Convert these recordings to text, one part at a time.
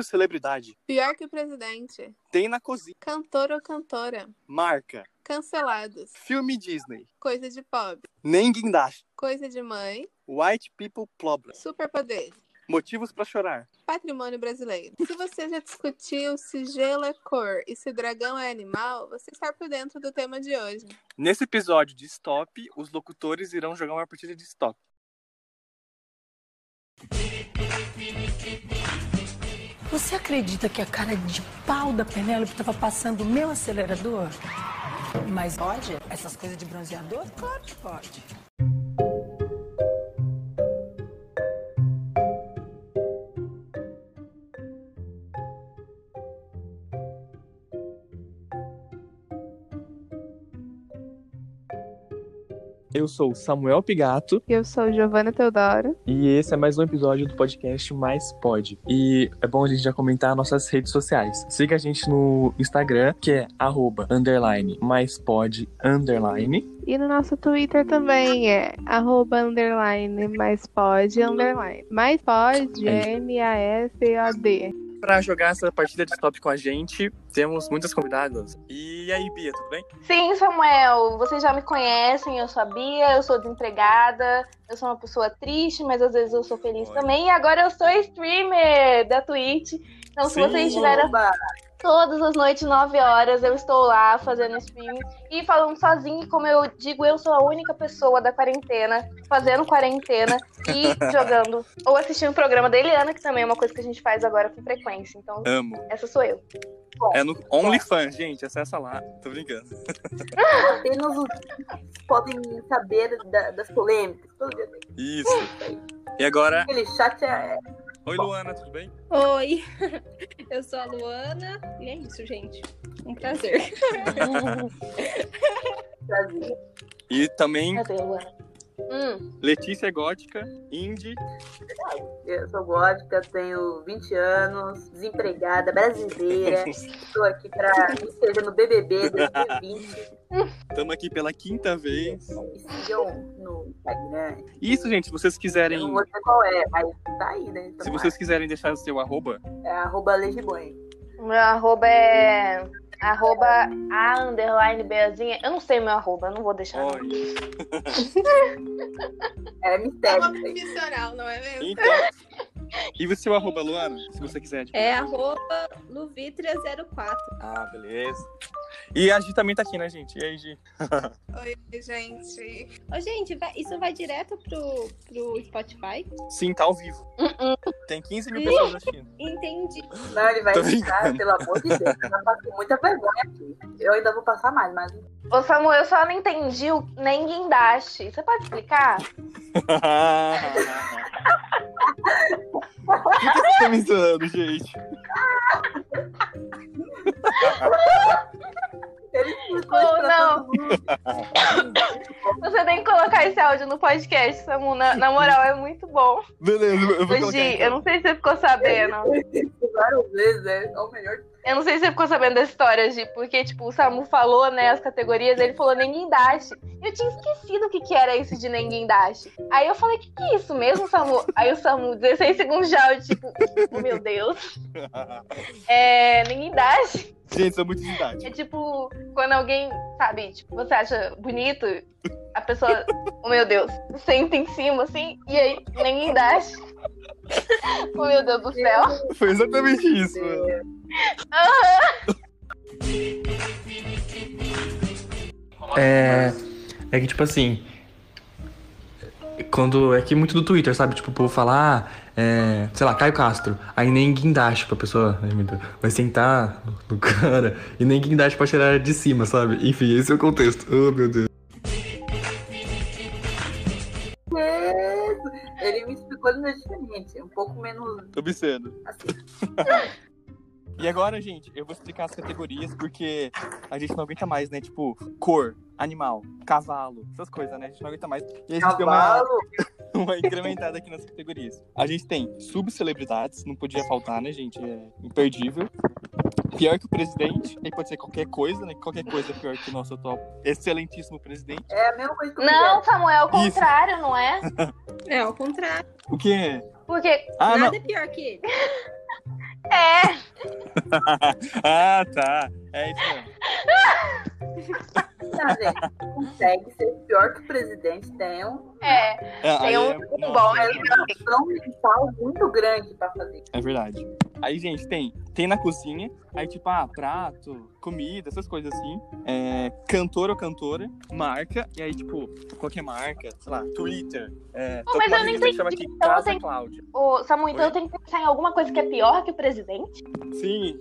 Subcelebridade. Pior que o presidente. Tem na cozinha. Cantor ou cantora. Marca. Cancelados. Filme Disney. Coisa de pobre. Nem guindaste. Coisa de mãe. White People Problem. Superpoder. Motivos pra chorar. Patrimônio brasileiro. Se você já discutiu se gelo é cor e se dragão é animal, você está por dentro do tema de hoje. Nesse episódio de Stop, os locutores irão jogar uma partida de Stop. Você acredita que a cara de pau da Penélope estava passando o meu acelerador? Mas pode? Essas coisas de bronzeador? Claro que pode. Eu sou o Samuel Pigato Eu sou Giovana Teodoro. e esse é mais um episódio do podcast Mais Pod. E é bom a gente já comentar nossas redes sociais. Siga a gente no Instagram, que é arroba, underline, maispod, underline. E no nosso Twitter também é arroba underline mais pode underline. Mais pode É. M-A-S-O-D. Pra jogar essa partida de stop com a gente, temos muitas convidadas. E aí, Bia, tudo bem? Sim, Samuel, vocês já me conhecem, eu sou a Bia, eu sou desempregada, eu sou uma pessoa triste, mas às vezes eu sou feliz Olha. também. E agora eu sou streamer da Twitch. Então, se Sim. vocês tiverem todas as noites, 9 horas, eu estou lá fazendo stream e falando sozinha. E Como eu digo, eu sou a única pessoa da quarentena, fazendo quarentena e jogando. Ou assistindo o programa da Eliana, que também é uma coisa que a gente faz agora com frequência. Então, Amo. essa sou eu. É no OnlyFans, gente, acessa lá. Tô brincando. apenas os que podem saber da- das polêmicas. Todo dia tem Isso. E agora, Aquele chat é. oi Luana, tudo bem? Oi, eu sou a Luana e é isso, gente. Um prazer. é Brasil. E também Cadê, Luana? Hum, Letícia é Gótica, Indy. Eu sou gótica, tenho 20 anos, desempregada, brasileira. Estou aqui pra me inscrever no BBB 2020. Tamo aqui pela quinta vez. Me sigam no Instagram. Isso, gente, se vocês Eu quiserem. não vou dizer qual é, mas tá aí, né? Então, Se vocês quiserem deixar o seu arroba, É arroba Legiboi. meu arroba é. Arroba a underline Beazinha. Eu não sei meu arroba, eu não vou deixar. não. olha. É É uma mistério. isso aí. profissional, não é mesmo? Então. E o seu arroba, Luana? Se você quiser. tipo. É arroba Luvitria04. Ah, beleza. E a Gi também tá aqui, né, gente? E aí, Gi? Oi, gente. Ô, gente, vai- isso vai direto pro, pro Spotify? Sim, tá ao vivo. Uh-uh. Tem 15 mil pessoas assistindo. Entendi. Não, ele vai Tô ficar, brincando. pelo amor de Deus. Eu já passei muita vergonha aqui. Eu ainda vou passar mais, mas Ô, Samu, eu só não entendi o nem guindaste. Você pode explicar? Por que vocês estão me zoando, gente? ele explicou Ou isso pra não. todo mundo. Você tem que colocar esse áudio no podcast, Samu. Na, na moral, é muito bom. Beleza, eu vou Ô, colocar. Gi, então. eu não sei se você ficou sabendo. Várias vezes, é é o melhor Eu não sei se você ficou sabendo da história, Gi, porque, tipo, o Samu falou, né, as categorias, ele falou nem guindaste. E Eu tinha esquecido o que, que era isso de nem guindaste. Aí eu falei, o que, que é isso mesmo, Samu? Aí o Samu, 16 segundos já, eu, tipo, oh, meu Deus. É, nem guindaste. Gente, sou muito de idade. É tipo, quando alguém, sabe, tipo, você acha bonito, a pessoa, oh meu Deus, senta em cima assim, e aí ninguém desce. oh meu Deus do céu. Foi exatamente isso. mano. É. É que, tipo assim. Quando. É que muito do Twitter, sabe? Tipo, o povo fala, ah, é, sei lá, Caio Castro. Aí nem guindaste pra pessoa. Ai, meu Deus, vai sentar no cara. E nem guindaste pra tirar de cima, sabe? Enfim, esse é o contexto. Oh, meu Deus. Isso. Ele me explicou de maneira diferente, um pouco menos Tô obsceno. assim. E agora, gente, eu vou explicar as categorias, porque a gente não aguenta mais, né? Tipo, cor, animal, cavalo, essas coisas, né? A gente não aguenta mais. E a gente deu uma. Cavalo, uma incrementada aqui nas categorias. A gente tem subcelebridades, não podia faltar, né, gente? É imperdível. Pior que o presidente, aí pode ser qualquer coisa, né? Qualquer coisa é pior que o nosso atual excelentíssimo presidente. é a mesma coisa que eu Não, Samuel, é o Isso. contrário, não é? É, ao contrário. O que é? Porque Ah, não. Nada é pior que ele. ah, tá. É isso mesmo. Tá, gente? Consegue ser pior que o presidente. Tem um É, É, Tem aí um é- bom, nossa, mas- é verdade. pão mental muito grande pra fazer. É verdade. Aí, gente, tem, tem na cozinha, aí tipo, ah, prato, comida, essas coisas assim. É, cantor ou cantora, marca, e aí, tipo, qualquer marca, sei lá, Twitter. É, Pô, Ah, mas Top eu nem Livre, entendi, chama aqui então Casa tem- Cláudia. ô, Samu, então Oi? eu tenho que pensar em alguma coisa que é pior que o presidente? Sim,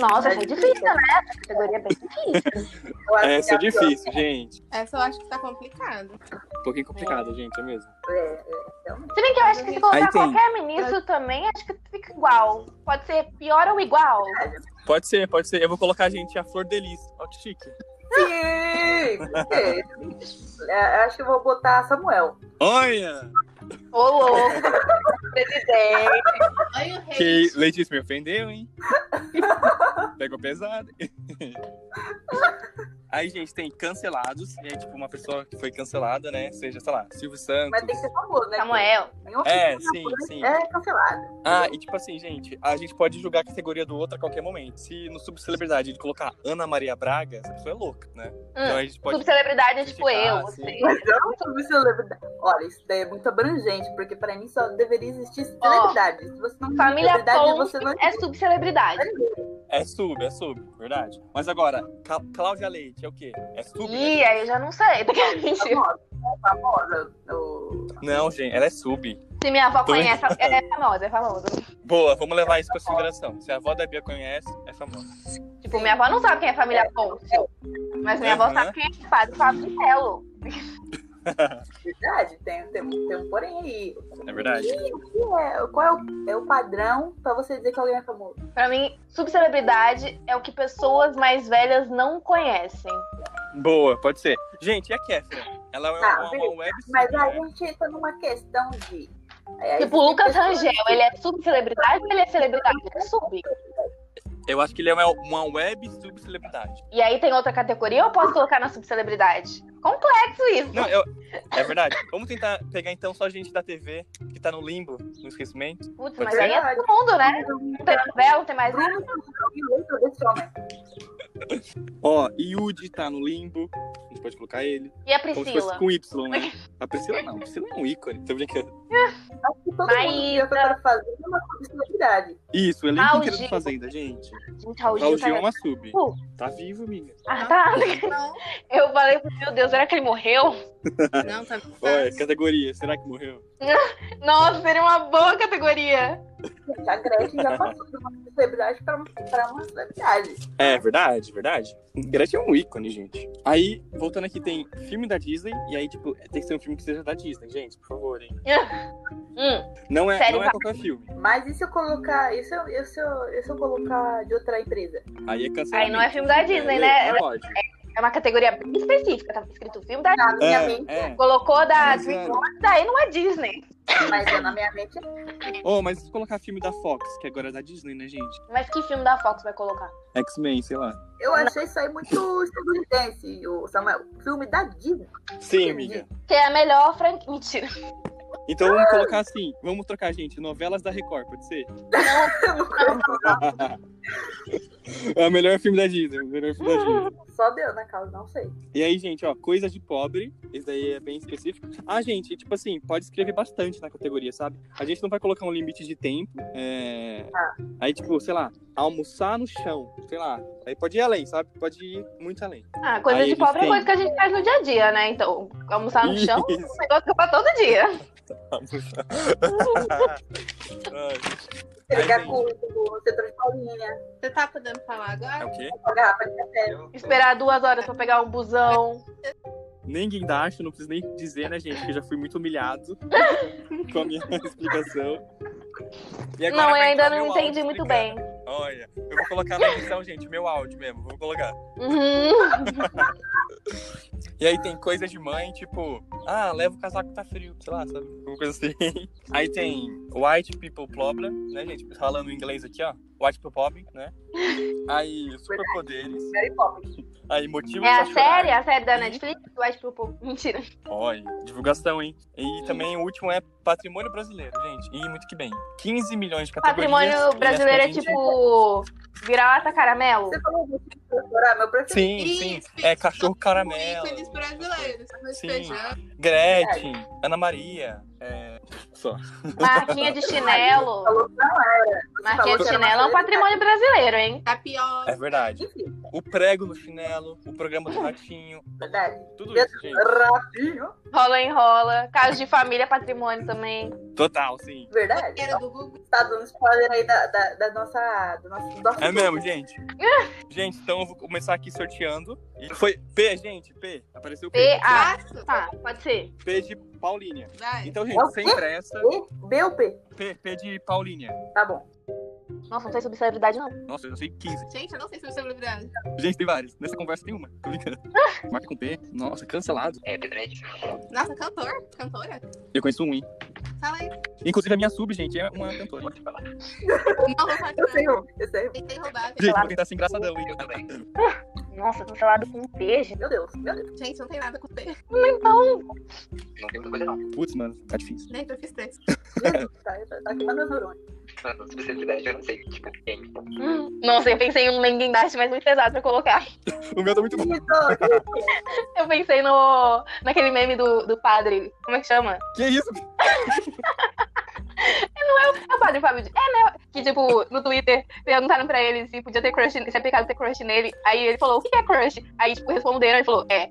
Nossa, isso é difícil, então. né? Essa categoria é bem difícil. Eu acho essa é que a difícil, gente. Essa eu acho que tá complicado. Um pouquinho complicada, gente, é mesmo. pior- é, é, realmente. Se bem que eu acho que se Aí tem- colocar qualquer ministro também, acho que fica igual. Pode ser pior ou igual. Pode ser, pode ser. Eu vou colocar, gente, a Flor Delis. Ó, que chique. Sim! porque- É, acho que eu vou botar Samuel. Olha! Ô, louco. presidente. Olha o rei. Que Letícia me ofendeu, hein? Pegou pesado. Aí, gente, tem cancelados. E é tipo uma pessoa que foi cancelada, né? Seja, sei lá, Silvio Santos. Mas tem que ser famoso, né? Samuel. Nenhum É, famoso sim, sim. É cancelado. Ah, e tipo assim, gente, a gente pode julgar a categoria do outro a qualquer momento. Se no subcelebridade ele colocar Ana Maria Braga, essa pessoa é louca, né? Então a gente pode. Subcelebridade é tipo criticar, eu, assim. você. Mas eu não sou celebridade. Olha, isso daí é muito abrangente, porque pra mim só deveria existir Ó, celebridade. Se você não tem Família celebridade, Ponce você não é subcelebridade. É sub, é sub, verdade. Mas agora, Ca- Cláudia Leite é o quê? É sub? né? Ih, aí eu já não sei. Mentira. famosa. É famosa. O... Não, gente, ela é sub. Se minha avó Tô conhece, ela é famosa, é famosa. Boa, vamos levar isso em consideração. Se a avó da Bia conhece, é famosa. Tipo, minha avó não sabe quem é a família Ponce. Mas minha avó Aham. sabe quem é o padre Fábio Celo. Verdade, tem, tem, tem um porém aí. É verdade. O que é? Qual é o, é o padrão pra você dizer que alguém é famoso? Pra mim, subcelebridade é o que pessoas mais velhas não conhecem. Boa, pode ser. Gente, e a Kéfera? Ela é uma, Tá, uma- beleza. uma web sub, Mas aí né? a gente entra numa questão de. aí Tipo, o existem Lucas pessoas- Rangel, ele é subcelebridade ou ele é celebridade? Ele é sub. Eu acho que ele é uma, uma web subcelebridade. E aí tem outra categoria ou eu posso colocar na subcelebridade? Complexo isso. Não, eu... É verdade. Vamos tentar pegar então só gente da TV que tá no limbo, no esquecimento. Putz, Pode mas ser? aí é todo mundo, né? Não tem novela, não tem mais um. nada. Bruno Samuel, letra desse homem. Ó, Yudi tá no limbo. A gente pode colocar ele. E a Como se fosse Priscila? com Y, né? A Priscila não. A Priscila é um ícone. Tô brincando. Acho que todo Maísa. mundo devia tentar fazer uma possibilidade. Isso, ele é Raul inteiro do Gil. Fazenda, gente. Gente, Raul Raul Gil é Gil tá... uma sub. Pô. Tá vivo, amiga. Ah, tá. Não, Eu falei, meu Deus, será que ele morreu? não, tá Olha, é categoria. Será que morreu? Nossa, seria uma boa categoria. Gente, a Gretchen já passou de uma possibilidade pra, um, pra uma celebridade. É verdade, verdade. Gretchen é um ícone, gente. Aí, voltando aqui, tem filme da Disney, e aí, tipo, tem que ser um filme que seja da Disney, gente, por favor, hein? Hum, Não é, Série não é da- qualquer filme. Mas e se eu colocar. E se eu, e se eu, e se eu colocar de outra empresa? Aí é cancelado. aí não é filme da Disney, né? Não Ela- pode. É uma categoria bem específica, tava escrito filme da Na minha É, mente. é. Colocou da Mas, é. Dreamworks, aí não é Disney. Mas é na minha mente. Oh, mas se colocar filme da Fox, que agora é da Disney, né, gente? Mas que filme da Fox vai colocar? X-Men, sei lá. Eu achei isso aí muito estadunidense, o Samuel. Filme da Disney. Sim, amiga. Que é a melhor franquia. Mentira. Então vamos colocar assim, vamos trocar, gente, novelas da Record, pode ser? é o melhor filme da Disney, o melhor filme da Disney. Só deu na causa, não sei. E aí, gente, ó, coisa de pobre. Esse daí é bem específico. Ah, gente, tipo assim, pode escrever bastante na categoria, sabe? A gente não vai colocar um limite de tempo. é, Tá. Aí, tipo, sei lá, almoçar no chão, sei lá. Aí pode ir além, sabe? Pode ir muito além. Ah, coisa Aí de eles pobre têm. é coisa que a gente faz no dia a dia, né? Então, almoçar no chão é um Isso. negócio que eu faço todo dia. Almoçar. Pegar gente. com o setor de tipo, Paulinha, Você tá podendo falar é agora? o quê? com a garrafa de café. Esperar duas horas pra pegar um busão. Nem guindaste, não preciso nem dizer, né, gente? Que eu já fui muito humilhado com a minha explicação. E agora Não, eu vai ainda entrar não meu entendi áudio muito explicando. bem. Olha, eu vou colocar na edição, gente, o meu áudio mesmo. Vou colocar. Uhum. E E aí tem coisa de mãe, tipo, ah, leva o casaco que tá frio, sei lá, sabe? Alguma coisa assim. Aí tem white people problem, né, gente? Falando em inglês aqui, ó. White people problem, né? Aí superpoderes. Harry Potter. Aí motivos É a pra chorar. Uhum. série? A série da Netflix? Eu acho que o povo. Mentira. Olha, divulgação, hein? E também o último é patrimônio brasileiro, gente. E muito que bem. 15 milhões de categorias. Patrimônio E brasileiro é essa gente- tipo. Vira-lata caramelo? Você falou do filme pra chorar, meu preferido. Sim, sim. É cachorro caramelo. Ícones brasileiros. Sim. Festejando. Gretchen, Ana Maria. É... Só. Marquinha de chinelo. Falou que não era. Você Marquinha falou de que chinelo é era um uma coisa- patrimônio brasileiro, hein? É Tapioca. verdade. Enfim, O prego no chinelo, o programa do ratinho. verdade. Tudo isso, gente. Ratinho. Rola enrola. Caso de família é patrimônio também. Total, sim. Verdade. Era do Gugu. Tá dando spoiler aí da, da, da nossa. Do nosso, do nosso É mesmo, gente. gente, então eu vou começar aqui sorteando. E foi P, gente, P. Apareceu o P. P, A. Passa. Tá, pode ser. P de Paulinha. Vai. Então, gente, sem pressa. E? B ou P? P, P de Paulinha. Tá bom. Nossa, não sei sobre celebridade, não. Nossa, eu sei 15. Gente, eu não sei se você é celebridade. Gente, tem vários. Nessa conversa tem uma. Tô brincando. Marca com P. Nossa, cancelado. Nossa, cantor? Cantora? Eu conheço um, hein? Fala aí. Inclusive a minha sub, gente, é uma cantora. Não vou falar Eu sei, nada. um, eu sei. um. Tentei roubar. Gente, vou tentar ser engraçadão, hein? Nossa, cancelado com um beijo. Meu Deus, meu Deus. Gente, não tem nada com T. Putz, mano, tá difícil. Nem eu fiz três. Tá, tá, tá queimando os neurônios. Nossa, eu pensei em um lenguindaste, mas muito pesado pra colocar. O meu tá muito bom. Isso, Eu pensei no. naquele meme do, do padre. Como é que chama? Que isso? É o padre Fábio Di- É, né? Que, tipo, no Twitter perguntaram pra ele se podia ter crush, se é pecado ter crush nele. Aí ele falou, o que é crush? Aí, tipo, responderam, ele falou, é.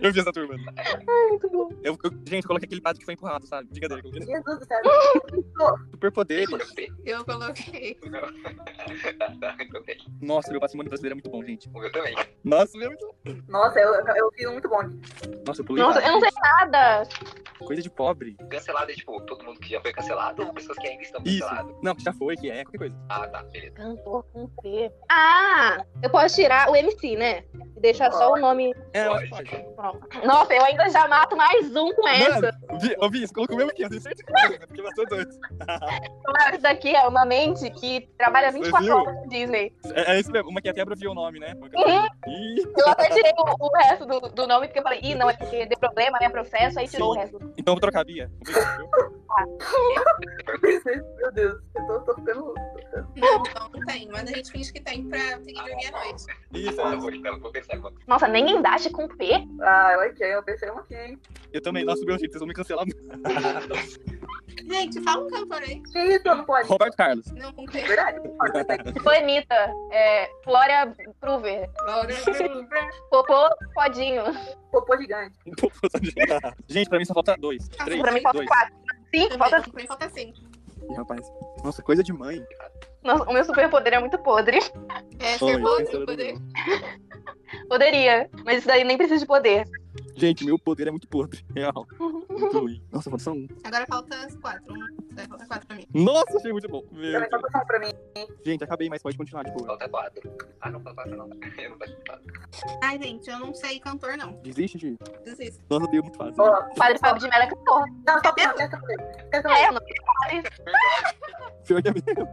Eu vi essa turma. Muito bom. Eu, eu- gente, eu coloquei aquele padre que foi empurrado, sabe? Brincadeira, eu coloquei Jesus do céu. superpoderes. Eu coloquei. Nossa, meu patrimônio brasileiro é muito bom, gente. O meu também. Nossa, o meu é muito bom. Nossa, eu, eu, eu vi um muito bom. Nossa, eu pulei. Nossa, eu não sei nada. vários. Coisa de pobre. Cancelado é tipo todo mundo que já foi cancelado ou pessoas que ainda estão Isso. canceladas. Não, já foi, que é, qualquer coisa. Ah, tá, beleza. Cantor com P. Ah, eu posso tirar o MC, né? E deixar só o nome. É, eu acho Pode. que pode. Pronto. Nossa, eu ainda já mato mais um com essa. Mano, vi, eu vi isso, colocou o mesmo aqui, eu tenho certeza. né? Porque bastou dois. Claro, Isso daqui é uma mente que trabalha 24 Viu? horas no Disney. É, é isso mesmo, uma que até abreviou o nome, né? Uma que- Uhum. Ih, Eu até tirei o, o resto do, do nome, porque eu falei, ih, não, é porque deu problema, né? Processo, aí tirou o resto. então eu vou trocar, Bia. Vamos ver, viu? Meu Deus, eu tô, tô ficando. tô ficando- Não, não, não tem. Mas a gente finge que tem pra ter que dormir à noite. Isso, Eu é. vou, então, vou pensar quanto. Nossa, nem guindaste com P? Ah, eu achei, eu pensei um aqui, hein? eu também. Nossa, meu gente, vocês vão me cancelar. Gente, fala um cantor aí. Que isso, não pode. Roberto Carlos. Não, com T. Verdade, não pode. Planita, é, Flória Prover, Laura Bruna. Popô Podinho. Popô gigante. Gente, pra mim só falta dois. Três, pra mim falta dois. quatro. Cinco, falta. Pra mim falta cinco. Ih, rapaz. Nossa, coisa de mãe. Nossa, o meu superpoder é muito podre. É, Oi, você pode né? cancelando poder. Poderia, mas isso daí nem precisa de poder. Gente, meu poder é muito podre. Real. Muito ruim. Nossa, falta só um. Agora falta as quatro. Um, é, falta quatro pra mim. Nossa, achei muito bom. Meu Também Deus. tá passando pra mim. Gente, acabei, mas pode continuar, tipo, de boa. Falta quatro. Ah, não, falta quatro, não. Eu não posso falar. Ai, gente, eu não sei cantor, não. Desiste, de. Desisto. Nossa, deu muito fácil. Ó, O padre Fábio de Mello é cantor. não, só pra quer saber. Quer É, saber? o nome dele é padre. Pior que é mesmo.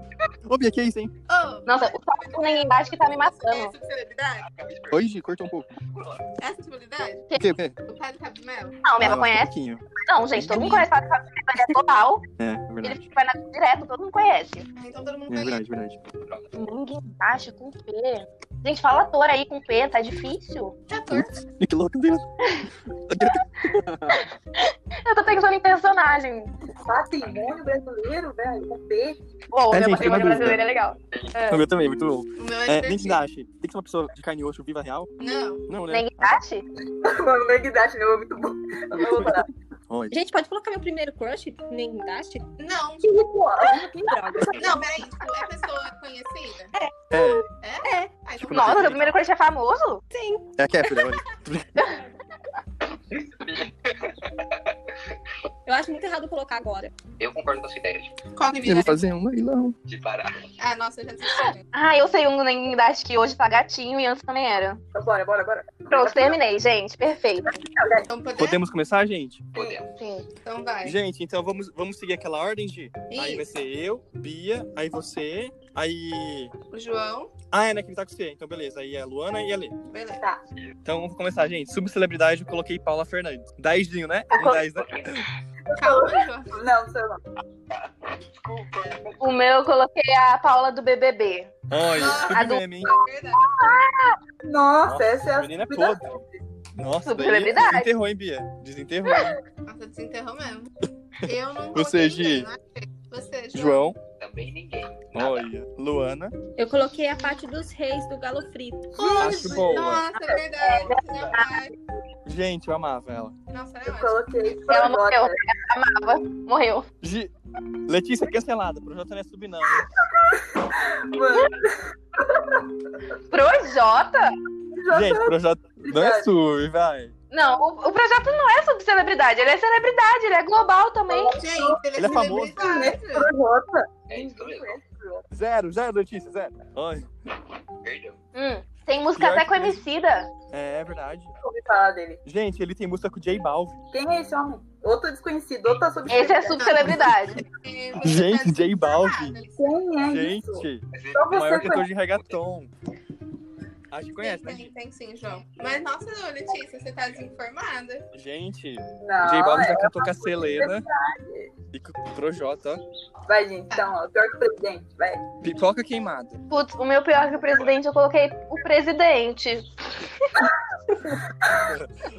Ô, Bia, que é isso, hein? Ô, Nossa, o Fábio com ninguém embaixo que tá me matando. essa celebridade? Oi, Gi, cortou um pouco. Essa celebridade? O quê, o quê? O padre Fábio Melo? Não, minha Ah, avó conhece. pouquinho. Não, gente, todo mundo conhece o Fábio Fábio de Mello, ele é total. É, é verdade. Ele vai na direto, todo mundo conhece. Ah, Então todo mundo É conhece. verdade, verdade. Ninguém embaixo com P. Gente, fala ator aí com P, tá difícil. Cantor. Ih, que louco, Deus. Eu tô pensando em personagem. Patrimônio brasileiro, né? velho. Com P. Bom, É, meu gente, patrimônio uma dúvida. brasileiro é legal. O meu também, muito bom. O meu é É, nem que divertido. dá, Tem que ser uma pessoa de carne e osso viva real? Não. Não, né? Ninguém acha? Mano, nem que dash, não é muito bom. Eu não vou parar. Olha. Gente, pode colocar meu primeiro crush? Nem guindaste? Não. Que isso? Que droga. Não, peraí. Tipo, é pessoa conhecida? É, Tipo, É? Ah, então Nossa, tá. seu primeiro crush é famoso? é a Kéfera, olha. Eu acho muito errado colocar agora. Eu concordo com a sua ideia de, Qual que me dá? fazer um leilão. de parar. Ah, nossa, eu já desisti. Ah, eu sei um do Ninguém Dash que hoje tá gatinho e antes também era. Então, Bora, Tá bora, bora. Pronto, terminei, gente. Perfeito. Então, podemos? Podemos começar, gente? Podemos. Sim. Então vai. Gente, então vamos, vamos seguir aquela ordem, Gi? Aí vai Isso. ser eu, Bia, aí você, aí... O João, Ah, é, né, que ele tá com você. Então, beleza. Aí é a Luana e a Lê. beleza. Tá. Então, vamos começar, gente. Subcelebridade, eu coloquei Paula Fernandes. Dezinho, né? Um Tá colo- dez, né? Calma, João. Não, não sei não. Desculpa. O meu eu coloquei a Paula do BBB. Olha, a tudo do- meme, hein? Verdade. Nossa, essa é A a menina é subida- podre. Nossa, daí Subcelebridade. desenterrou, hein, Bia? Desenterrou. hein? Nossa, desenterrou mesmo. Eu não Você, coloquei Gi? ninguém, não achei. Você, João. João. Também ninguém. Olha. Luana. Eu coloquei a parte dos reis do Galo Frito. Acho boa. Nossa, é verdade. Não, ai. Gente, eu amava ela. Nossa, é Eu ótimo. coloquei Ela morreu. Projota. Amava. Morreu. Gi... Letícia cancelada. Projota não é sub, não. hein? Mano, Projota? Projota Gente, Projota não é sub, vai. Não, o, o projeto não é sobre celebridade. Ele é celebridade, ele é global também. Gente, ele, Ele é é famoso. celebridade. Projota. É isso mesmo. Zero, zero, Letícia, zero. Olha. Perdeu. Hum, tem música Pior até com que- Emicida. É, é verdade. Ouvi falar dele. Gente, ele tem música com o J Balvin. Quem é esse homem? Outro desconhecido, outra Esse substituída. é subcelebridade. É, você Gente, tá J Balvin. desesperada. Quem é isso? Gente, Mas ele- Só o maior você cantor conhece. de reggaeton. Acho que conhece, né? Tem, tem, tem sim, João. Mas nossa, não, Letícia, você tá desinformada. Gente, Não, J Balvin é- já cantou com a Selena e com o Projota, ó. Vai, gente, então, ó, pior que o presidente, vai. Pipoca queimada. Putz, o meu pior é que o presidente, eu coloquei o presidente.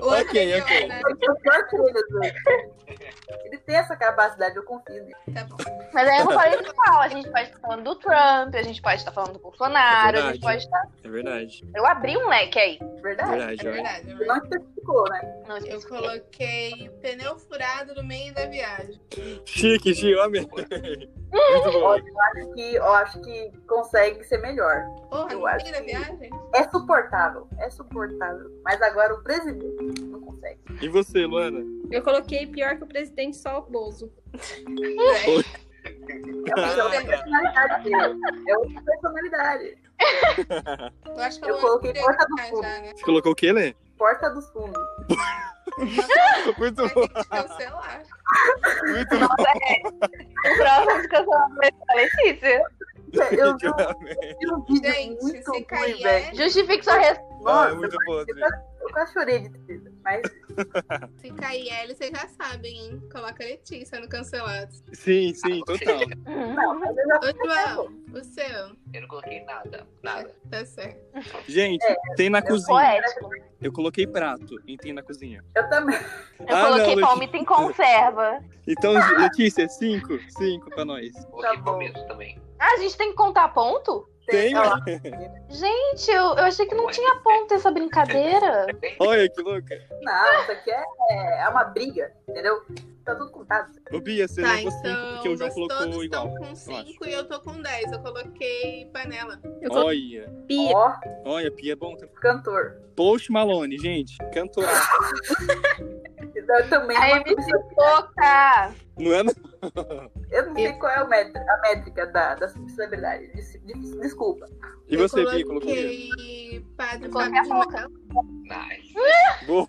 O Ok, anterior, ok. né? Ele é o pior que ele, gente. Ele tem essa capacidade, eu confio nele. Tá bom. Mas aí eu não falei de qual. A gente pode estar falando do Trump, a gente pode estar falando do Bolsonaro, É a verdade. gente pode estar. É verdade, Eu abri um leque aí. é Verdade? É verdade, ó. verdade, é Ele verdade. não especificou, né? Não, Eu gente, coloquei pneu furado no meio da viagem. Chique, Gil, eu amei. Muito bom. Ó, eu acho que, eu acho que consegue ser melhor. Porra, Eu no acho meio da que- viagem? É suportável, é suportável. Mas agora o presidente não consegue. E você, Luana? Eu coloquei pior que o presidente só o Bozo. Véi, Ah, É Personalidade dele. É outra personalidade. Eu acho que Eu vou coloquei querer porta do ficar fundo. já, né? Você colocou o quê, Lê? Porta dos fundos. Muito bom, muito Vai ter que cancelar. bom. o próximo de cancelamento é a Letícia. Eu Gente, eu amei. vi um vídeo Gente, muito se ruim, cair velho. é, Justifique sua resposta. Ah, Nossa, muito podre. eu quase chorei de tristeza. Mas se cair L, vocês já sabem, hein? Coloca a Letícia no cancelado. Sim, sim, total. Hum, não, mas eu já Tá Ô, João, o seu. Eu não coloquei nada. Nada. Tá certo. Gente, tem na cozinha. Poético. Eu coloquei prato e tem na cozinha. Eu também. Eu Ah, não, coloquei Letícia. palmito em conserva. Então, Letícia, cinco, cinco pra nós. Coloquei bom. começo também. Ah, a gente tem que contar ponto? Tem, Ó, mano. Gente, eu, eu achei que não tinha é ponto essa brincadeira. Olha que louca. Não, isso aqui é, é uma briga, entendeu? Tá tudo contado. Ô, Bia, você Tá, levou cinco porque o João então colocou todos igual. estão com 5 e eu tô com 10. Eu coloquei panela. Eu coloquei Olha, pia. Ó, olha, Pia é bom. também. cantor. Post Malone, gente, cantoraço. Eu também A é uma MC substituição. Foca. Não é? não? Eu não sei qual é o metri- a métrica da, da subcelebridade. Des- des- Desculpa. E eu você, Bia, colocou o quê? coloquei padre Eu Fábio coloquei a de Foca. Mello. Nice. Boa.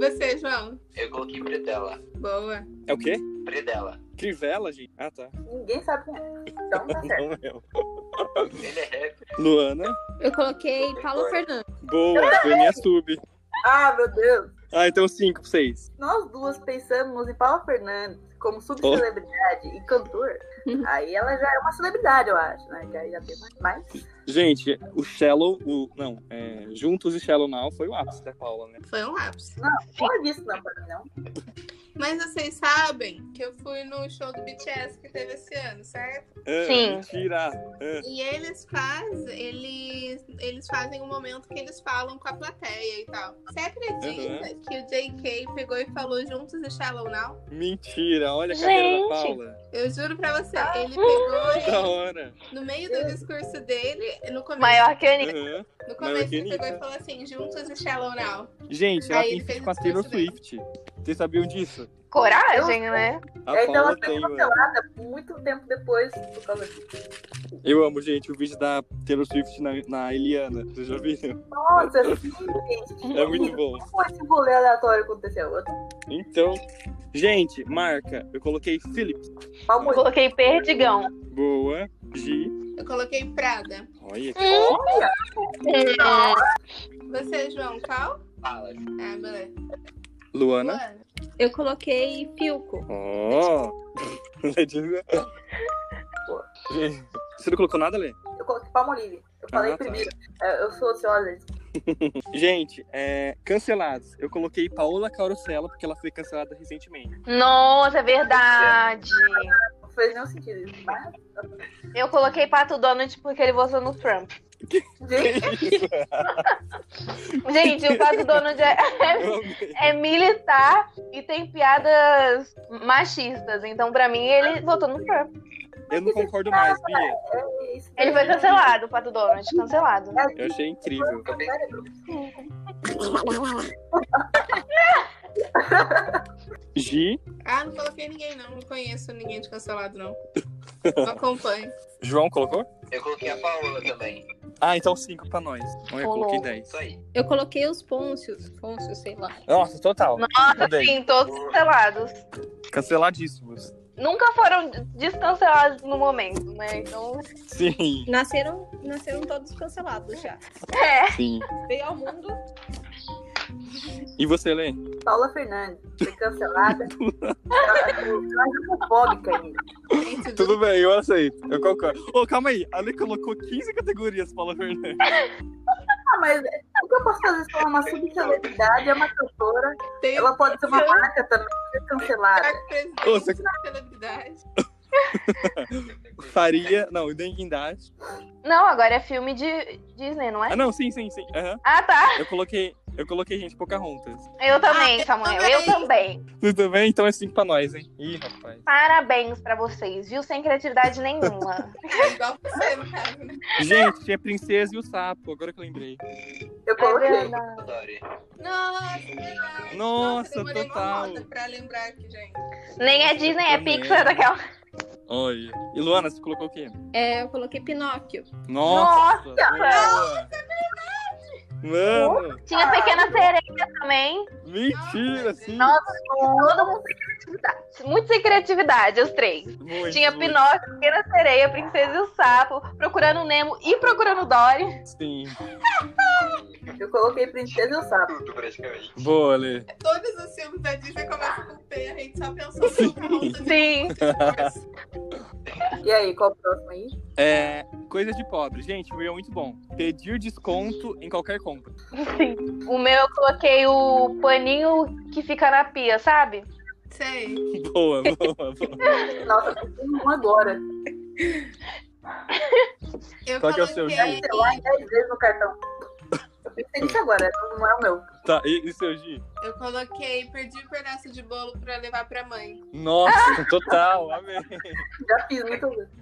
Você, João. Eu coloquei Predela. Boa. É o quê? Predela. Crivella, gente? Ah, tá. Ninguém sabe quem é. Então tá certo. Não é. Ele é rap. Luana. Eu coloquei Paulo Fernandes. Boa, foi minha sub. Ah, meu Deus. Ah, então cinco pra vocês. Nós duas pensamos em Paula Fernandes como subcelebridade e cantor. Uhum. Aí ela já é uma celebridade, eu acho, né? Que aí já tem mais. mais. Gente, o Shallow, o. Não, é, Juntos e Shallow Now foi o ápice da Paula, né? Foi um lápis. Não é disso, não, pra mim, não. Mas vocês sabem que eu fui no show do BTS que teve esse ano, certo? Ah, Sim. Mentira. E eles fazem, eles, eles fazem um momento que eles falam com a plateia e tal. Você acredita que o JK pegou e falou juntos e Shallow Now? Mentira. Olha a carreira da Gente. Paula. Eu juro pra você, Ah. ele pegou Da hora. e, no meio do discurso dele, no começo, Maior que a Anitta. Aham. maior no começo que ele pegou Anitta. e falou assim, juntos e Shallow Now. Gente, ela Aí tem ele feat fez com a o Taylor discurso dele. Swift. Vocês sabiam disso? Coragem, né? A Aí então Paula ela foi tem, mano. cancelada muito tempo depois por causa disso. Eu amo, gente, o vídeo da Taylor Swift na, na Eliana. Vocês já viram? Nossa, sim, gente. É muito bom. Como esse rolê aleatório aconteceu? Eu tô Então, gente, marca. Eu coloquei Philips. mal Eu Coloquei perdigão. Boa. G. Eu coloquei Prada. Olha. Você, João, qual? Fala. Ah, beleza. Luana. Luana. Eu coloquei Filco. Ó. Lê de novo. Gente, Você não colocou nada, Lê? Eu coloquei Palmolive. Eu falei Ah, tá. primeiro. É, Eu sou ansiosa. Gente, é, cancelados. Eu coloquei Paola Carosella porque ela foi cancelada recentemente. Nossa, é verdade. Não fez nenhum sentido isso. Mas, Eu coloquei Pato Donald porque ele votou no Trump. gente, Gente, o Pato Donald é, Eu amei. é militar e tem piadas machistas. Então, pra mim, Ah. ele votou no Trump. Eu não concordo mais, Bia. é isso. É assim, Ele foi cancelado, o Pato Donald. Cancelado. Eu achei incrível. Também. Gi, Ah, não coloquei ninguém, não. Não conheço ninguém de cancelado, não. Não acompanho. João colocou? Eu coloquei a Paola também. Ah, então cinco pra nós. Olha, eu coloquei Colou. 10. Isso aí. Eu coloquei os Pôncios. Pôncios, sei lá. Nossa, total. Nossa, Odeio. sim, todos cancelados. Canceladíssimos. Nunca foram descancelados no momento, né? Então, Sim, Nasceram, nasceram todos cancelados já. é. sim. Veio ao mundo. E você, Lê? Paula Fernandes. Foi cancelada. Ela é homofóbica ainda. Gente, Tudo bem, eu aceito. Eu concordo. Ô, calma aí. A Lê colocou 15 categorias, Paula Fernandes. Ah, mas o que eu posso fazer se ela é uma subcelebridade, é uma cantora? tem Ela pode ser uma marca também, ser cancelada. Caraca, presidente Ô, você- da é celebridade. Faria. Não, Denguindade. Não, agora é filme de Disney, não é? Ah, não, sim, sim, sim. Aham. Ah, tá. Eu coloquei. Eu coloquei, gente, Pocahontas. Eu também, Ah, eu Samuel. Eu também. Tudo bem? Então é 5 pra nós, hein? Ih, rapaz. Parabéns pra vocês, viu? Sem criatividade nenhuma. É igual você, no caso, né? Gente, tinha Princesa e o Sapo, agora que eu lembrei. Eu É coloquei. verdade. Adorei. Nossa, verdade. Nossa, demorei total. uma roda pra lembrar aqui, gente. Nem é Disney, é Também. Pixar daquela. Olha. E Luana, você colocou o quê? É, eu coloquei Pinóquio. Nossa! boa. é Mano, Tinha Pequena Sereia também. mentira, sim. Nossa, todo mundo sem criatividade. Muito sem criatividade, os três. Muito, Tinha muito. Pinóquio, Pequena Sereia, Princesa e o Sapo, Procurando Nemo e Procurando Dory. Sim. Eu coloquei Princesa e o Sapo. Tudo praticamente. Boa, Lê. Todos os filmes da Disney começam com P, a gente só pensou no Pocahontas. Sim. E aí, qual o próximo aí? É, coisa de pobre. Gente, o meu é muito bom. Pedir desconto em qualquer compra. O meu eu coloquei o paninho que fica na pia, sabe? Sei. Boa, boa, boa. Nossa, eu tenho um agora. Eu Qual que é o seu, coloquei Gi? Sei lá, 10 vezes no cartão. Eu pensei nisso agora, não é o meu. Tá, e, e seu Gi? Eu coloquei, perdi um pedaço de bolo pra levar pra mãe. Nossa, total, amei. Já fiz muitas vezes.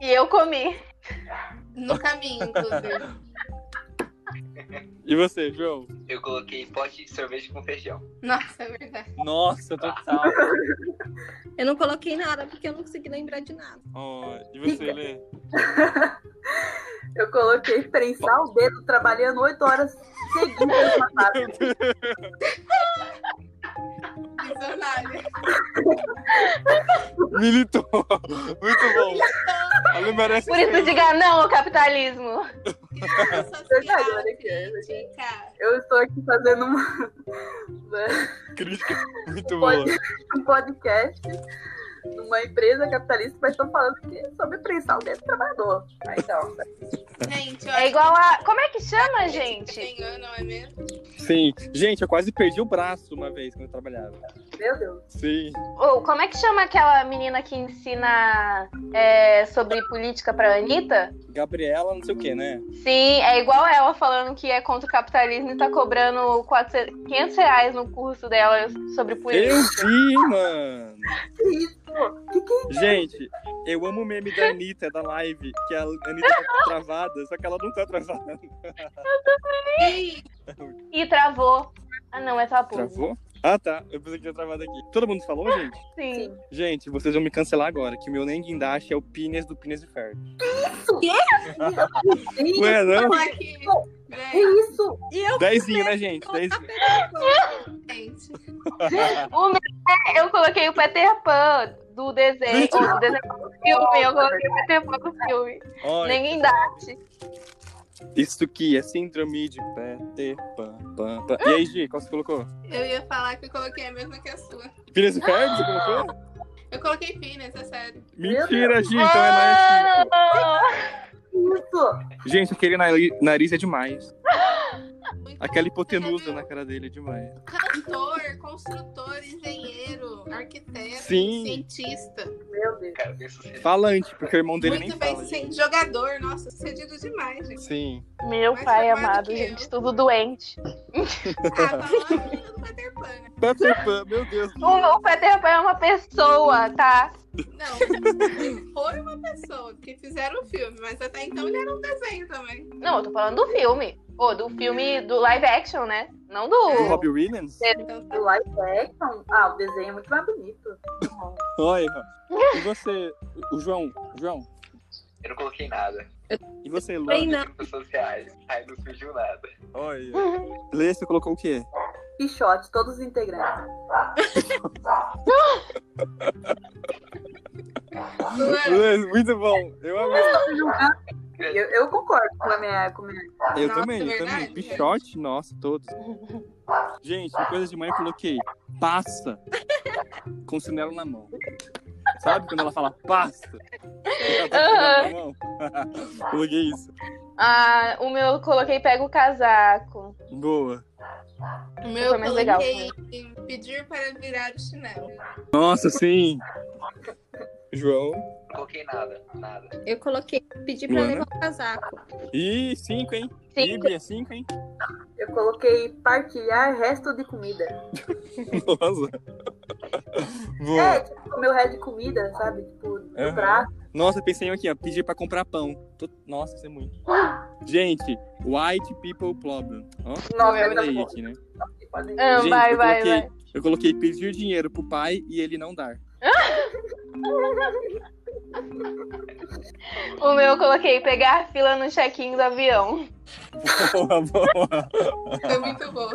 E eu comi. No caminho, inclusive. E você, João? Eu coloquei pote de sorvete com feijão. Nossa, é verdade. Nossa, total. Eu não coloquei nada porque eu não consegui lembrar de nada. Ó, e você, Lê? Eu coloquei prensar o dedo trabalhando 8 horas seguidas na fábrica. Visionária. Militou. Muito bom. A Lê merece. Por isso diga ah, não ao capitalismo. Crítica social, Verdade, olha aqui, olha aqui. crítica. Eu estou aqui fazendo um, uma- Crítica muito boa. Pode- um podcast numa empresa capitalista, mas estão falando que é sobre prensar o dedo do trabalhador. Ah, então, Gente, olha. É igual a. Como é que chama, gente? Tem ano, não é mesmo? Sim. Gente, eu quase perdi o braço uma vez quando eu trabalhava. meu Deus. Sim. Ou como é que chama aquela menina que ensina é, sobre política pra Anitta? Gabriela, não sei o que, né? Sim, é igual ela falando que é contra o capitalismo e tá cobrando 400, 500 reais no curso dela sobre política. Eu vi, mano. Que isso? Que que Gente, eu amo o meme da Anitta, da live, que a Anitta tá travada, só que ela não tá travada. Ih, E travou. Ah, não, é tua pulsa. Travou? Ah, tá. Eu pensei que tinha travado aqui. Todo mundo falou, gente? Sim. Gente, vocês vão me cancelar agora, que o meu nem guindaste é o Pines do Pines de Ferro. Sim, Ué, não? Falar que, né, Que isso? E eu Dezinho, né, gente? Dezinho. gente, O meu, eu coloquei o Peter Pan do desenho, ou do desenho do filme, eu coloquei o Peter Pan do filme. Olha, Ninguém dá. isso aqui é síndrome de Peter Pan, Pan, Pan. E aí, Gi, qual você colocou? eu ia falar que eu coloquei a mesma que a sua. Pines de Ferro, você colocou? Eu coloquei Phineas, é sério. Mentira, Gi, então é nariz. cinco. Isso? Gente, aquele nari- nariz é demais. Muito Aquela hipotenusa na cara dele é demais. Cantor, construtor, engenheiro, arquiteto, Sim. cientista. Meu Deus. Cara, bem sucedido. Falante, porque o irmão dele Muito nem bem, fala. sim, gente. jogador, nossa, sucedido demais, gente. Sim. Meu Mas pai é mais do amado, que gente, eu. tudo doente. Ah, falando do Peter Pan, né? Peter Pan, meu Deus. O, o Peter Pan é uma pessoa, tá? Não, ele foi uma pessoa que fizeram o filme, mas até então ele era um desenho também. Não, eu tô falando do filme. Pô, do filme do live action, né? É Não O do. Robbie Williams? Então, tá. O live action? Ah, o desenho é muito mais bonito. Olha. E você, o João? João? Eu não coloquei nada. E você, Lu? Tem né? não. Em pessoas reais. Aí não surgiu nada. Olha. Lê, você colocou o quê? Pichote, todos os integrantes. Luana, Lê, muito bom. Eu amei. É. Eu, eu concordo com a minha. Com a minha... Eu Nossa, também, eu verdade, também. Bichote, nossa, todos. Gente, em coisa de mãe eu coloquei passa com chinelo na mão. Sabe quando ela fala passa? Ela tá com chinelo na mão. coloquei isso. Ah, o meu eu coloquei pega o casaco. Boa. o meu foi eu mais legal, coloquei pedir para virar o chinelo. Nossa, sim. João. Não coloquei nada. Nada. Eu coloquei, pedi pra Luana? levar o casaco. Ih, cinco, hein? Sim, Ih, Bia, cinco, hein? Eu coloquei partilhar resto de comida. Nossa. É, Boa. tipo, meu resto de comida, sabe? Tipo, do Aham. prato. Nossa, pensei aqui, ó. Pedir pra comprar pão. Tô- Nossa, isso é muito. Gente, white people problem. Ó, Não, olha mas tá aí, bom. aqui, né? Podem- Ah, Gente, vai, eu vai, coloquei, vai. Eu coloquei pedir dinheiro pro pai e ele não dar. O meu eu coloquei pegar a fila no check-in do avião. Boa, boa. Foi muito bom.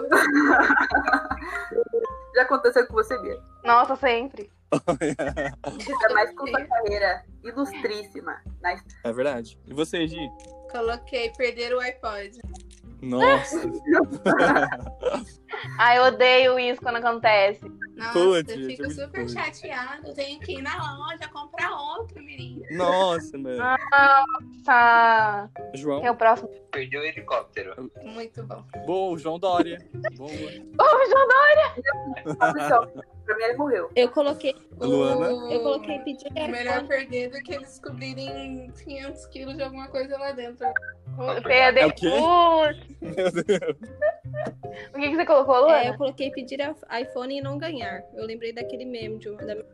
Já aconteceu com você mesmo. Nossa, sempre. Ainda mais com sua carreira ilustríssima. na história. É verdade. E você, Gi? Coloquei perder o iPod. Nossa. Ai, eu odeio isso quando acontece. Nossa, Putz, eu gente, é fico muito super ruim. chateado. Tenho que ir na loja comprar outro, menino. Nossa, mano. Nossa. João. Quem é o próximo? Perdi o helicóptero. Muito bom. Boa, João Dória. Boa. Oh, João Dória. Olha só, Pra mim ele morreu. Eu coloquei, Luana? O- eu coloquei Hum, é pedir É, Melhor perder do que eles descobrirem 500 quilos de alguma coisa lá dentro. Perder. É o quê? Putz. Meu Deus. O que, que você colocou, É, Luana? eu coloquei pedir a- iPhone e não ganhar. Eu lembrei daquele meme de uma- da minha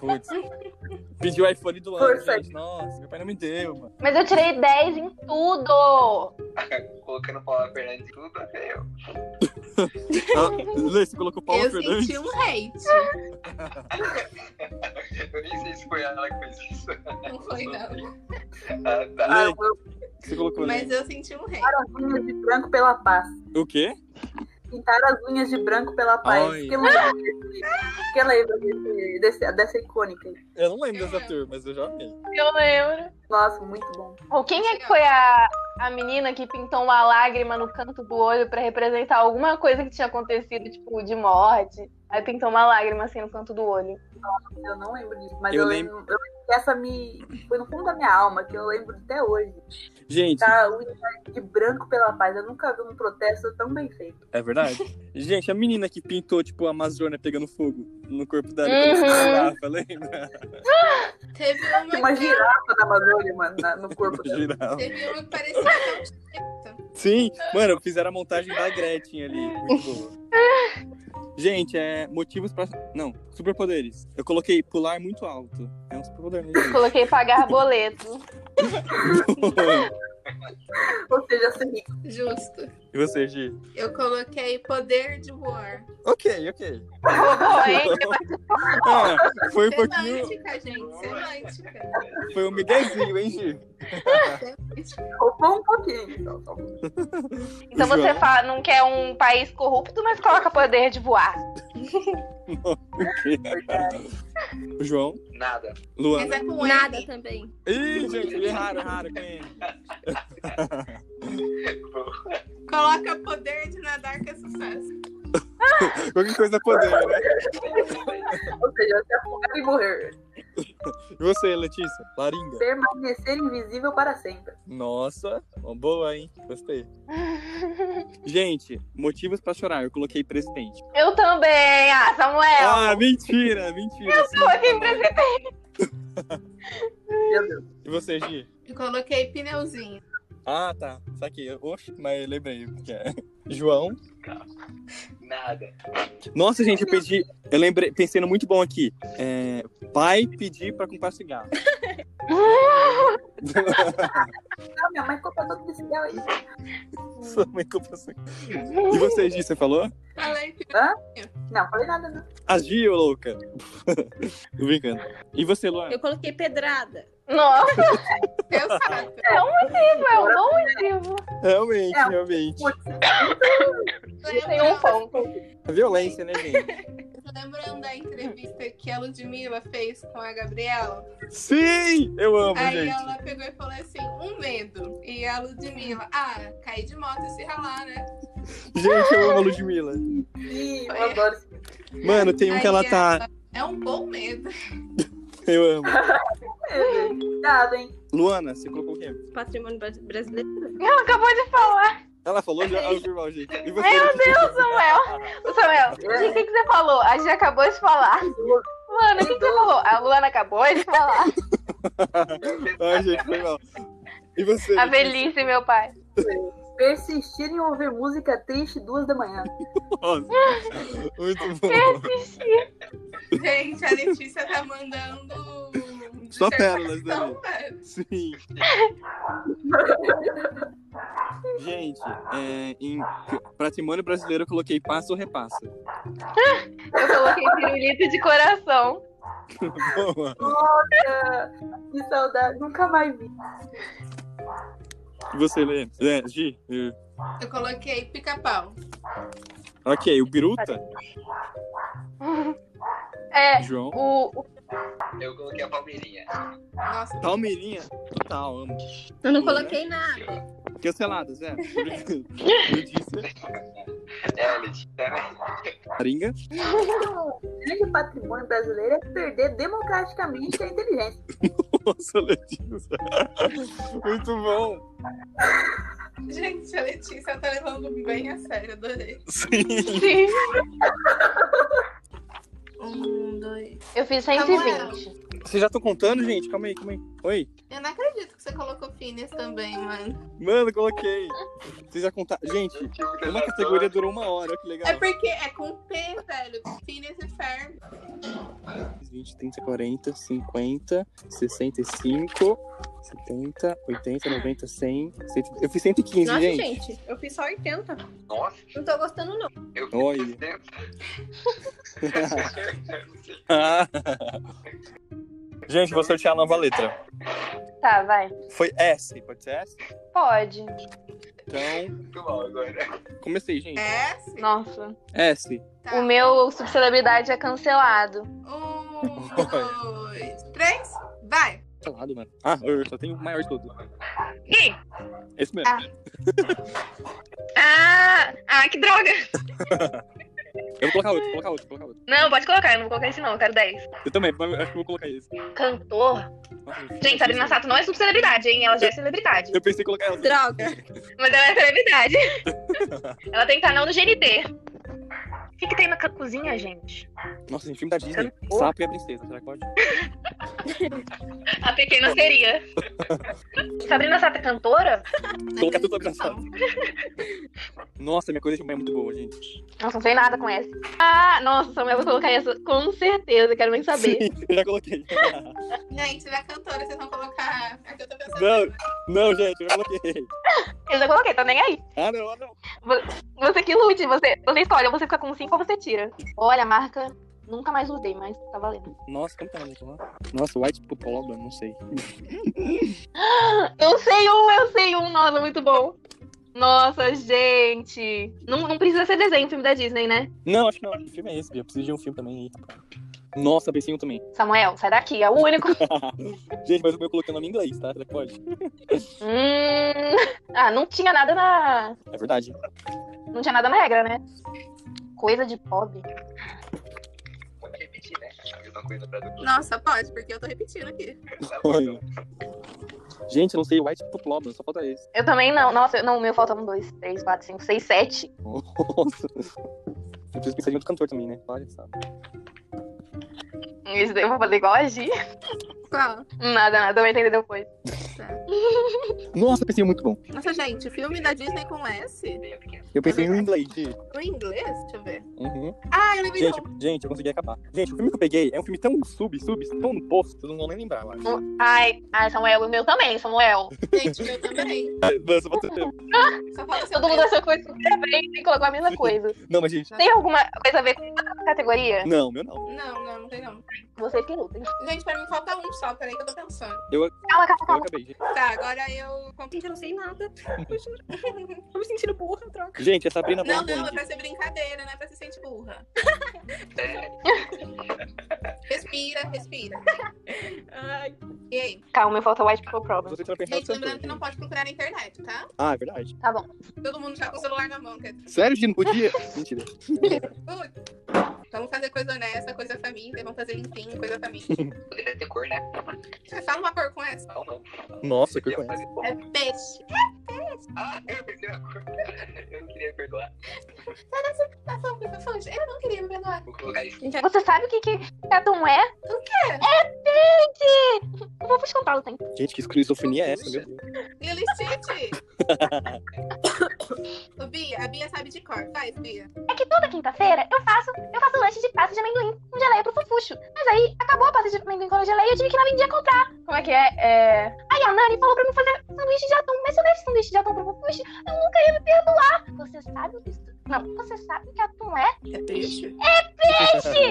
Putz. Pediu o iPhone do ano, Força. gente. Nossa, meu pai não me deu, mano. Mas eu tirei 10 em tudo. Colocando Paula Fernandes em tudo, até eu. Ah, Lê, você colocou Paulo eu Fernandes? senti um hate. Eu nem sei se foi ela que fez isso. Não foi, não. Ah, tá. Ah, Lê, o meu o que você colocou, Lê? Mas eu senti um hate. pintaram as unhas de branco pela paz. O quê? Pintaram as unhas de branco pela paz. Ai. Que lembra, desse, que lembra desse- desse- dessa icônica. aí? Eu não lembro dessa turma, mas eu já amei. Eu lembro. Nossa, muito bom. Ou quem é que foi a, a menina que pintou uma lágrima no canto do olho pra representar alguma coisa que tinha acontecido, tipo, de morte? Aí pintou uma lágrima assim no canto do olho. Eu não lembro disso, mas Eu eu, lembro. eu lembro que essa me. Foi no fundo da minha alma, que eu lembro até hoje. Gente, Tá unha de branco pela paz. Eu nunca vi um protesto tão bem feito. é verdade? Gente, a menina que pintou, tipo, a Amazônia pegando fogo no corpo dela, Uhum. como se girava, lembra? Teve Tinha uma, uma que, girafa na Amazônia, mano, na- no corpo dela. Girava. teve uma que parecia tão Sim, mano, fizeram a montagem da Gretchen ali. Muito boa. Gente, é motivos pra. Não, superpoderes. Eu coloquei pular muito alto. É um superpoder, né? Coloquei pagar boleto. gente? Ou seja, assim, Justo. E você, Gi? Eu coloquei poder de war. Ok, ok. Roubou, hein? Ah, foi um pouquinho. Semântica, gente. Semântica. Foi um miguezinho, hein, Gi? roubou um pouquinho. Então, só um pouquinho. Então você João. fala, não quer um país corrupto, mas coloca poder de voar. O João, Nada. Luana. Mas é com Nada N. também. é- Ih, gente, erraram, erraram com ele. Coloca poder de nadar que é sucesso. Qualquer coisa poder, né? Ou seja, se afogar e morrer. E você, Letícia? Laringa. Permanecer invisível para sempre. Nossa, uma boa, hein? Gostei. Gente, motivos pra chorar. Eu coloquei presidente. Eu também, ah, Samuel. Ah, mentira, mentira. sim. Coloquei presidente. Meu Deus. E você, Gi? Eu coloquei pneuzinho. Ah, tá. Saquei. Oxe, mas lembrei o que é. João. Nada. Nossa, gente, eu pedi. Eu lembrei, pensei no muito bom aqui. É, pai pedir pra comprar cigarro. Ah, minha mãe comprou todo esse mel aí. Hum. Sua mãe comprou cigarro. E você, Gi, você falou? Falei Não, falei nada, né? não. A Gi, ô louca. Tô brincando. E você, um Luana? Eu coloquei pedrada. Nossa, pneu saco. é um motivo, é um bom motivo. Realmente, É. realmente. Tem um Lembrando, ponto. A violência, né, gente? lembrando da entrevista que a Ludmilla fez com a Gabriela? Sim! Eu amo, Aí gente. ela pegou e falou assim, um medo. E a Ludmilla, ah, cair de moto e se ralar, né? Gente, eu amo a Ludmilla. Ih, eu adoro esse Mano, tem um Aí que ela tá. É um bom medo. Eu amo. mel. Cuidado, hein? Luana, você colocou o quê? Patrimônio bra- brasileiro. Ela acabou de falar. Ela falou já ao normal, gente. E você? Meu Letícia? Deus, Samuel. Ô, Samuel, o que, que você falou? A gente acabou de falar. Luana, o que, que você falou? A Luana acabou de falar. Ai, gente, foi mal. E você? A Letícia? velhice, meu pai. Persistir em ouvir música triste duas da manhã. Nossa. Muito bom. Gente, a Letícia tá mandando... Só pérolas, né? Não, velho. Sim. Gente, é, em patrimônio brasileiro eu coloquei passa ou repassa. Eu coloquei pirulito de coração. Boa. Ah, Que saudade. Nunca mais vi. E você, Lê? É, Gi? É. Eu coloquei pica-pau. Ok, o Biruta? É, João. o, o- Eu coloquei a palmeirinha. Nossa, Palmeirinha? Total, amo. né? Eu não coloquei nada. Canceladas, é. Notícia. É, Letícia. Ringa. O grande patrimônio brasileiro é perder democraticamente a inteligência. Nossa, Letícia. Muito bom. gente, a Letícia tá levando bem a sério, adorei. Sim. sim, Um, dois... eu fiz 120. Vocês já estão contando, gente? Calma aí, calma aí. Oi. Eu não acredito que você colocou Phineas também, mano. Mano, coloquei. Vocês já contaram. Gente, uma categoria durou uma hora, olha que legal. É porque é com P, velho. Phineas e Ferb. 20, 30, 40, 50, 65, 70, 80, 90, 100, 100. Eu fiz 115, Nossa, gente. gente. eu fiz só 80. Nossa, Não tô gostando, não. eu né? Olha. fiz dentro. Ah. gente, vou sortear a nova letra. Tá, vai. Foi S, pode ser S? Pode. Então, Muito mal agora. comecei, gente. É? sim. Nossa. S. Tá. O meu subcelebridade é cancelado. Um, dois, três, vai! Calado, mano. Ah, eu só tenho o maior de todos. Ih! Esse mesmo. Ah, ah, que droga. Eu vou colocar outro, vou colocar outro, vou colocar outro. Não, pode colocar. Eu não vou colocar esse não. Eu quero 10. Eu também, mas eu acho que eu vou colocar esse. Cantor. Nossa, eu- Gente, Sabrina Sato não é subcelebridade, hein? Ela já é celebridade. Eu pensei em colocar ela. Droga. Mas ela é celebridade. ela tem canal no GNT. O que, que tem na ca- cozinha, gente? assim. Nossa, gente, filme da Disney. Sapo e a princesa, será que pode? A pequena seria. Sabrina Sato é cantora? Colocar tudo sobre a sala. Nossa, minha coisa de mãe é muito boa, gente. Nossa, não sei nada com essa. Ah, nossa, mas eu vou colocar essa com certeza. Quero nem saber. Sim, eu já coloquei. Gente, da cantora, vocês vão colocar. É que eu tô pensando. Não, não, gente, eu já coloquei. Eu já coloquei, tô nem aí. Ah, não, ah, não. Você que lute, você, você escolhe, ou você fica com 5 ou você tira. Olha, a marca. Nunca mais usei, mas tá valendo. Nossa, como tá o nome daquela lá? Nossa, White People Problem, não sei. Eu sei um, eu sei um, nossa, muito bom. Nossa, gente. Não, não precisa ser desenho, filme da Disney, né? Não, acho que não. O filme é esse, Bia. Eu preciso de um filme também aí. Nossa, pensei em um também. Samuel, sai daqui, é o único. Gente, mas eu coloquei o nome em inglês, tá? Será que pode? Hum, Ah, não tinha nada na. É verdade. Não tinha nada na regra, né? Coisa de pobre. Pode repetir, né? A mesma coisa pra Dudu. Nossa, pode, porque eu tô repetindo aqui. Tá bom, então. Gente, eu não sei. White People Problem, só falta esse. Eu também não. Nossa, eu- não, o meu faltam um, dois, três, quatro, cinco, seis, sete. Nossa. Eu preciso pensar em outro cantor também, né? Olha só. Isso daí eu vou fazer igual a Gi. Qual? Nada, nada, eu vou entender depois. Nossa, pensei em um muito bom. Nossa, gente, filme da Disney com S? Bem pequeno. Eu pensei em um em inglês, Gi. No inglês? Deixa eu ver. Uhum. Ah, eu lembrei de Gente, um. gente, eu consegui acabar. Gente, o filme que eu peguei é um filme tão sub, sub, tão no posto, vocês não vão nem lembrar, eu acho. Um- Ai, ai, Samuel, o meu também, Samuel. Gente, meu também. Nossa, bota- Só fala seu Todo mundo achou que foi super bem e colocou a mesma coisa. Não, mas gente. tá. Tem alguma coisa a ver com a categoria? Não, meu não. Não, não, não tem não. Vocês que lutem. Gente, pra mim falta um só, peraí que eu tô pensando. Calma, calma, Eu calma. acabei, gente. Tá, agora eu. Gente, eu não sei nada. Eu juro. Tô me sentindo burra, troca. Tá Gente, essa Sabrina Não, Blanco. não, é pra ser brincadeira, não é pra se sentir burra. Respira, respira. Ai, E aí? Calma, meu falta White People Problem. Você vai pensar Gente, no lembrando cantor. que não gente. pode procurar na internet, tá? Ah, é verdade. Tá bom. Todo mundo já com o celular na mão, é tipo, quer dizer. Sério, Gi, não podia? Mentira. Putz. Vamos fazer coisa honesta, coisa família, vamos fazer limpinho, coisa família. Poderia ter cor, né? Fala uma cor com essa. Não, não. Nossa, que Podia coisa. fazer como? É peixe. Ah, eu perdi a cor. Eu não queria perdoar. Tá falando que eu sou fã? Eu não queria me perdoar. Vou colocar isso. Você sabe o que, que cada um é? O é quê? É peixe! Eu vou te contar o tempo. Gente, que esquizofrenia é essa, meu Deus? Lili Stitch. Ô, Bia, a Bia sabe de cor. Faz, Bia. É que toda quinta-feira eu faço, eu faço lanche de pasta de amendoim com geleia pro fofuxo. Mas aí acabou a pasta de amendoim com geleia e eu tive que ir na vendia comprar. Como é que é? é... Aí a Nani falou pra mim fazer sanduíche de atum, mas se eu desse sanduíche de atum pro fofuxo, eu nunca ia me perdoar. Você sabe isso? Não, você sabe que atum é É peixe. peixe!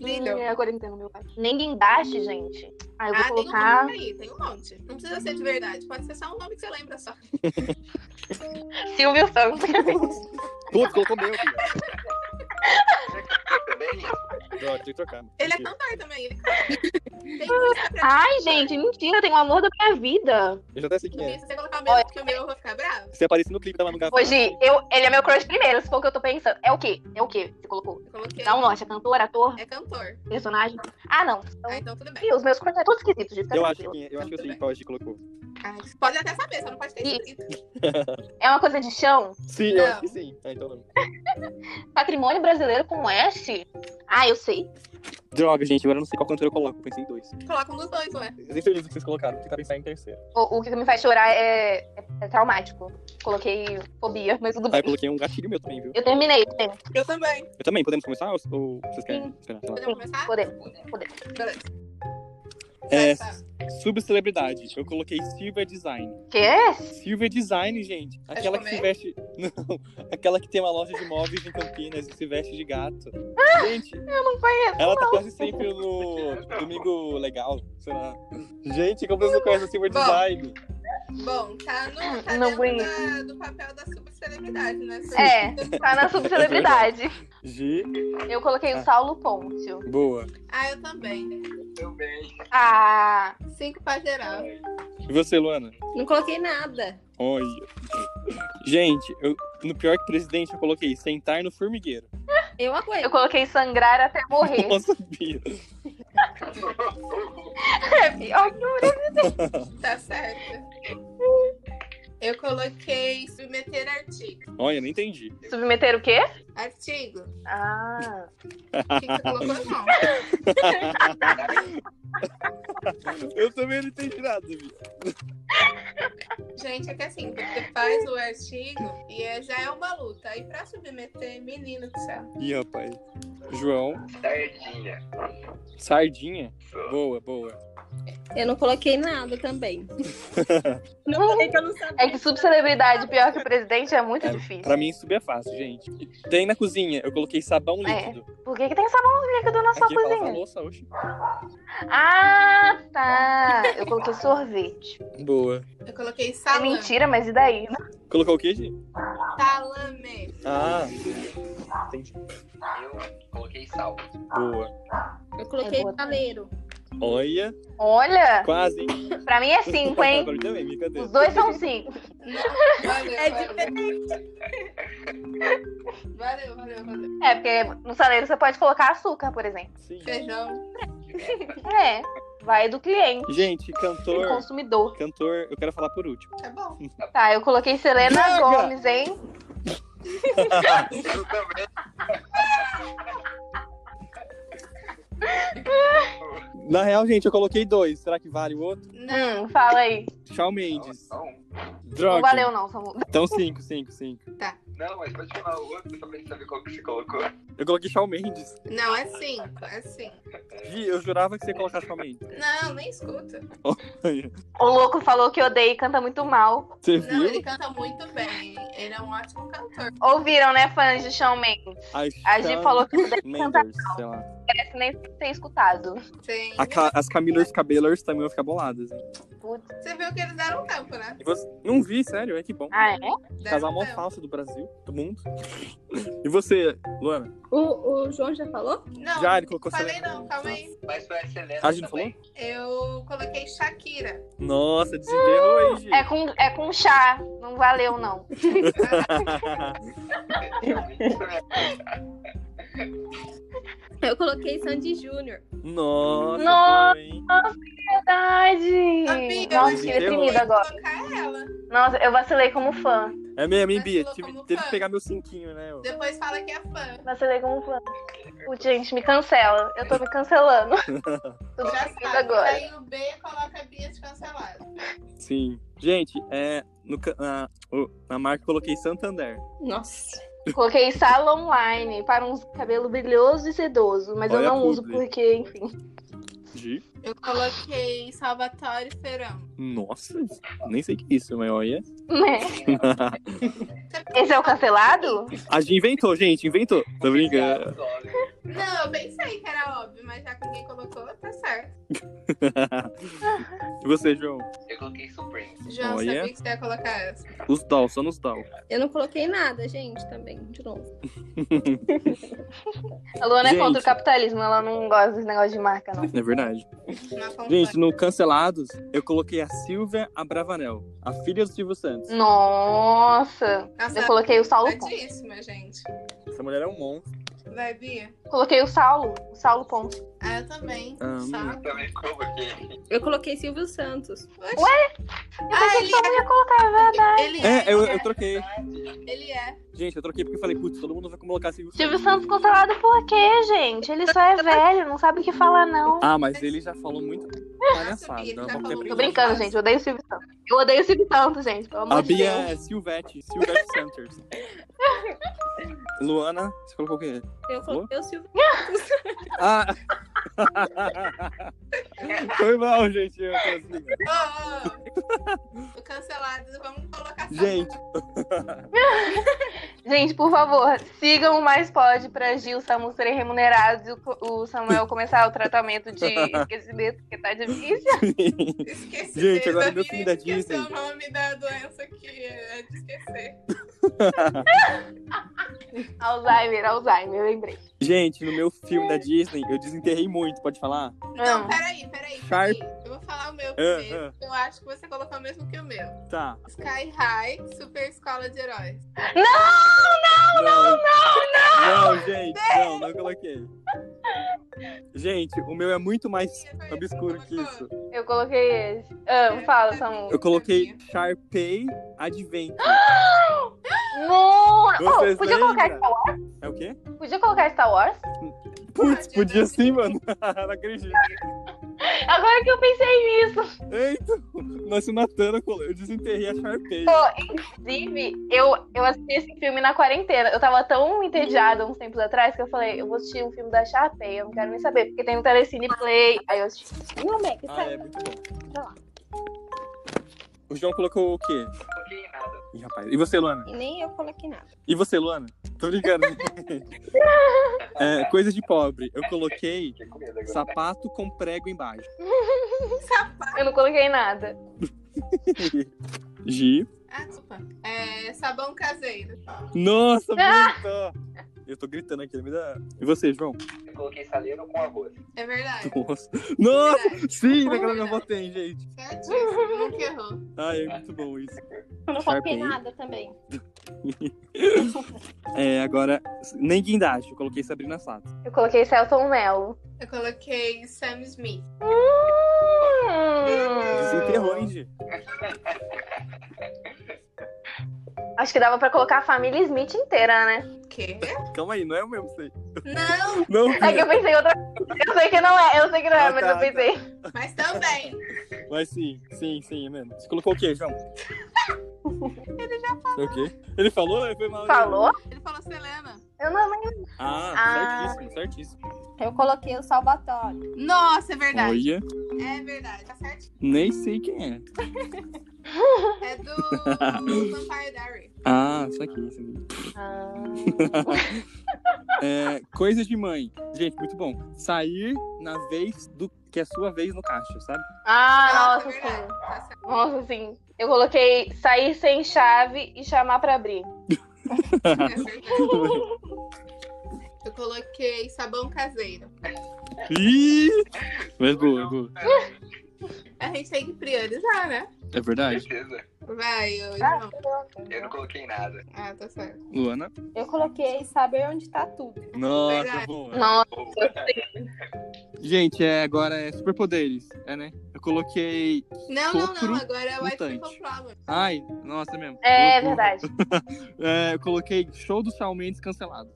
Lindo. Hum, agora eu entendo meu pai. Nem guindaste, gente. Ah, eu vou Ah, tem um colocar. monte aí, tem um monte. Não precisa ser de verdade, pode ser só um nome que você lembra só. Silvio Santos. Putz, colocou meu, filho. Também? Droga, tem que trocar. Ele é Mentira. cantor também, ele canta. Tem música pra Ai, gente, mentira, tem o amor da minha vida. Eu já até sei mim, quem é. se você colocar o meu, porque o meu eu vou ficar bravo. Se aparecer no clipe da Manu Gavassi. Hoje, eu, ele é meu crush primeiro, se for o que eu tô pensando. É o quê? É o quê? Você colocou? Eu coloquei. Dá um norte, é cantor, ator, É cantor. personagem. Ah, não. Ah, Então, então tudo bem. ih, os meus crushes é todos esquisitos, gente. fica Eu acho tranquila. que eu acho que eu sei qual a Gi colocou. Ah, Pode até saber, só não pode ter escrito. É uma coisa de chão? Sim, Não. eu acho que sim. Ah, então não. Patrimônio brasileiro com S? Ah, eu sei. Droga, gente, agora eu não sei qual cantor eu coloco. Eu pensei em dois. Coloca um dos dois, ué. Eu tenho certeza que vocês colocaram, tentar pensar em terceiro. O, o que me faz chorar é, é- é traumático. Coloquei fobia, mas tudo Ah, eu bem. coloquei um gatilho meu também, viu? Eu terminei, gente. Eu também. Eu também, podemos começar ou, ou vocês querem esperar? Sei lá. Podemos começar? Podemos. Beleza. É, Tá, tá. subcelebridade. Eu coloquei Silver Design. Que é? Silver Design, gente. Aquela que se comer? veste. Não, aquela que tem uma loja de móveis em Campinas e se veste de gato. Ah! Gente, Eu não conheço. ela tá quase sempre no Domingo Legal, sei lá. Gente, como vocês não conhecem a Silver Bom. Design? Bom, tá no tá Não dentro da- do papel da subcelebridade, né? É, tá na subcelebridade. G, Eu coloquei o Saulo Ponte. boa. Ah, eu também. Também. Ah, Cinco pra geral. E você, Luana? Não coloquei nada. Olha. Gente, eu, no pior que presidente eu coloquei sentar no formigueiro. Eu aguento. eu coloquei sangrar até morrer. Nossa, Bia. É pior que o- Tá certo. Eu coloquei submeter artigo. Olha, não entendi. Submeter o quê? Artigo? Ah. O que que você colocou, não? Eu também não entendi nada, Bia. Gente, é que assim, você faz o artigo e é- já é uma luta. E pra submeter, menino do céu. Ih, rapaz. João. Sardinha. Sardinha. Boa, boa. Eu não coloquei nada também. não falei que eu não sabia. É que subcelebridade pior que o presidente é muito É, difícil. Pra mim, sub é fácil, gente. Tem na cozinha, eu coloquei sabão É. líquido. Por que, que tem sabão líquido na sua Aqui fala pra cozinha? louça, oxe. Ah, tá. Eu coloquei sorvete. Boa. Eu coloquei É salame. mentira, mas e daí? Colocou o quê, gente? Salame. Ah, entendi. Eu coloquei sal. Boa. Eu coloquei É boa. baleiro. Olha, Olha, quase, hein? pra mim é cinco, Pra hein? mim também, brincadeira. Os dois são cinco. Valeu, É valeu. valeu, valeu, valeu. É, porque no saleiro você pode colocar açúcar, por exemplo. Sim. Feijão. É, vai do cliente, Gente, do cantor. consumidor. Cantor, eu quero falar por último. Tá bom. Tá, eu coloquei Selena Droga! Gomes, hein? Eu também. Na real, gente, eu coloquei dois. Será que vale o outro? Não. Hum, fala aí. Shawn Mendes. Não, Droga. Não valeu não, Samu. Então, cinco, cinco, cinco. não, mas pode falar o outro só pra gente saber qual que você colocou. Eu coloquei Shawn Mendes. Não, é cinco, é cinco. Gui, eu jurava que você ia colocar Shawn Mendes. Não, nem escuta. O louco falou que odeia e canta muito mal. Você Não, viu? ele canta muito bem. Ele é um ótimo cantor. Ouviram, né, fãs de Shawn Mendes? A Gi Shawn falou que odeia cantar Mendes, sei lá. parece nem ter escutado. Tem... A Ca- As Camilers Cabelers também vão ficar boladas. Hein? Putz. Você viu que eles deram tempo, né? E você- Não vi, sério, é que bom. Ah, é? Deram Casal mó tempo. falso do Brasil, do mundo. E você, Luana? O, o João já falou? Não, Já, ele colocou falei Selena. não, calma aí. Mas foi excelente. Ah, A gente não também. falou? Eu coloquei Shakira. Nossa, desenterrou aí, Gi. É com, é com chá. Não valeu, não. Eu coloquei Sandy Júnior. Nossa, Nossa. boa, hein? Verdade. Amiga, Nossa, mas fiquei eu- deprimido Eu vou agora. colocar ela. Nossa, eu vacilei como fã. É mesmo, hein, Mas Bia? falou Tive, como teve fã. que pegar meu cinquinho, né? ô? Depois fala que é fã. Vacilei como fã. Putz, gente, me cancela. Eu tô me cancelando. Tô Já deprimido sabe. agora. Aí o B coloca a Bia de cancelada. Sim. Gente, é, no ca- na, ô, na marca eu coloquei Santander. Nossa. né? Coloquei sala online para um cabelo brilhoso e sedoso, mas eu Olha não a uso publi. porque, enfim. Gi. Eu coloquei Salvatore Ferão. Nossa, nem sei o que é isso, mas olha. né? Esse é o cancelado? A Gi inventou, gente, inventou. Tô brincando. né? Não, eu pensei que era óbvio, mas já que ninguém colocou, tá certo. e você, João? Eu coloquei Supreme. João, Olha. sabia que você ia colocar essa. Os Doll, só nos Doll. Eu não coloquei nada, gente, também, de novo. A Luana é Gente. contra o capitalismo, ela não gosta desse negócio de marca, não. É verdade. Não acompanho. Gente, no Cancelados, eu coloquei a Silvia Abravanel, a filha do Silvio Santos. Nossa! Nossa, Eu coloquei o Saulo Ponto. tadíssima, gente. Essa mulher é um monstro. Vai, Bia. Coloquei o Saulo, o Saulo Ponto. Ah, eu também. Ah, Só. Eu também coloquei. Eu coloquei Silvio Santos. Ué? Eu Ah, pensei que ele só ia colocar, é verdade. Ele É, é, eu, eu troquei. ele é. Gente, eu troquei porque eu falei, putz, todo mundo vai colocar Silvio Silvio Santos. Santos cancelado por quê, gente? Ele só é velho, não sabe o que falar, não. Ah, mas ele já falou muito palhaçada. Ele já não, falou qualquer muito. brincadeira. Tô brincando, gente. Eu odeio o Silvio Santos. Eu odeio o Silvio Santos, gente. Pelo amor A de Bia Deus. é Silvete, Silvete Santos. Luana, você colocou o quê? Eu coloquei o Silvio. Ah! Foi mal, gente. eu tô assim. Ô, ô, ô. O cancelado, vamos colocar Gente, Gente, por favor, sigam o Mais Pode pra Gil e o Samu serem remunerados e o co- o Samuel começar o tratamento de esquecimento, porque tá difícil. Esqueci Gente, dele, agora da meu Bia filme da Disney. esqueceu o nome da doença que é de esquecer. Alzheimer, Alzheimer, eu lembrei. gente, no meu filme da Disney, eu desenterrei muito, pode falar? Não, Peraí, peraí. Sharp. peraí. Eu vou falar o meu ah. primeiro. Eu acho que você colocou o mesmo que o meu. Tá. Sky High, Super Escola de Heróis. Não, não, não! Não, gente, não, não coloquei. Gente, o meu é muito mais obscuro que isso. eu coloquei esse. Ah, fala, Samu. Eu coloquei Sharpay Advent. Não! Vocês Oh, podia colocar lembram? Star Wars? É o quê? Podia colocar Star Wars? Putz, Pode, podia né? sim, mano. Não acredito. Agora que eu pensei nisso. Eita, nossa, o Natana, colo- eu desenterrei a Sharpay. Pô, Então, inclusive, eu, eu assisti esse filme na quarentena. Eu tava tão entediada uns tempos atrás que eu falei, eu vou assistir um filme da Sharpay, eu não quero nem saber, porque tem no Telecine Play. Aí eu assisti. Não, Mac, Ah, sai. é muito Vai bom. lá. O João colocou o quê? coloquei em nada. Ih, rapaz. E você, Luana? E nem eu coloquei nada. E você, Luana? Tô brincando. é, coisa de pobre. Eu coloquei Fiquei com medo agora. sapato com prego embaixo. Eu não coloquei nada. Gi. Ah, desculpa. É, sabão caseiro. Nossa, bonito! Eu tô gritando aqui, me dá. E você, João? Eu coloquei saleiro com arroz. É verdade. Nossa! Nossa! Verdade. Sim, naquela minha avó tem, gente. Certíssimo, nunca errou. Ai, é muito bom isso. Eu não Sharpay. coloquei nada também. É, agora, nem guindaste, eu coloquei Sabrina Sato. Eu coloquei Celton Mello. Eu coloquei Sam Smith. Desenterrou, hein, Gi? Acho que dava pra colocar a família Smith inteira, né? O quê? Calma aí, não é o mesmo sei. Não, Não, É que eu pensei em outra coisa. Eu sei que não é, eu sei que não é, Ah, mas tá, eu pensei. mas também. mas sim, sim, sim, é mesmo. Você colocou o quê, João? Ele já falou. O quê? Ele falou? Ele foi mal. Falou? Ele falou Selena. Eu não lembro. Ah, Ah. certíssimo, certíssimo. Eu coloquei o Salvatore. Nossa, é verdade. Olha, É verdade, tá certo. nem sei quem é. É do Vampire Diary. Ah, só que isso. aqui. Ah, É, coisas de mãe. Gente, muito bom. Sair na vez do que é sua vez no caixa, sabe? Ah, é nossa, verdade, sim. tá certo. Nossa, sim. Eu coloquei sair sem chave e chamar pra abrir. É verdade. Eu coloquei sabão caseiro. Ih! Mas boa, boa. A gente tem que priorizar, né? É verdade. Certeza. Vai, eu. Ah, Eu não coloquei em nada. Ah, tá certo. Luana? Eu coloquei saber onde tá tudo. Nossa, Verdade. boa. Nossa, Boa. Gente, é, agora é superpoderes. É, né? Eu coloquei. Não, não, não. Outro Agora é White mutante. People Problem. Ai, nossa é mesmo. é Loucura. verdade. É, eu coloquei show do Shawn Mendes cancelado.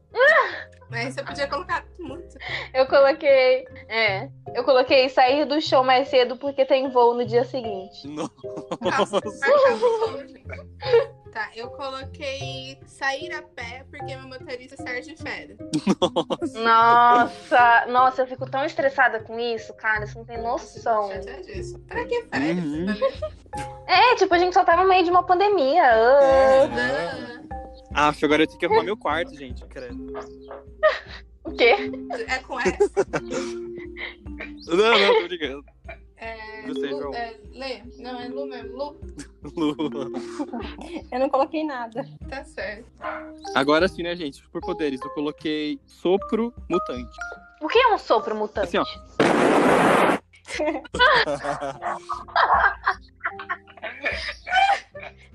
Mas você podia colocar muito. Eu coloquei. É. Eu coloquei sair do show mais cedo porque tem voo no dia seguinte. Nossa, Nossa. marcava tudo, gente. Tá, eu coloquei sair a pé porque meu motorista Sérgio Fera. Nossa, nossa, eu fico tão estressada com isso, cara. Você não tem noção. Já disso. Pra que férias? Uhum. Valeu. É, tipo, a gente só tá no meio de uma pandemia. Ah, Ah, Ah, acho que agora eu tenho que arrumar meu quarto, gente. Credo. O quê? É com essa. Não, não, tô brincando. É, Não sei, Lu- João. é, Lê? Não, é Lu mesmo. Lu, Lu. Eu não coloquei nada. tá certo. Agora sim, né, gente? Superpoderes. Eu coloquei sopro mutante. O que é um sopro mutante? Assim, ó.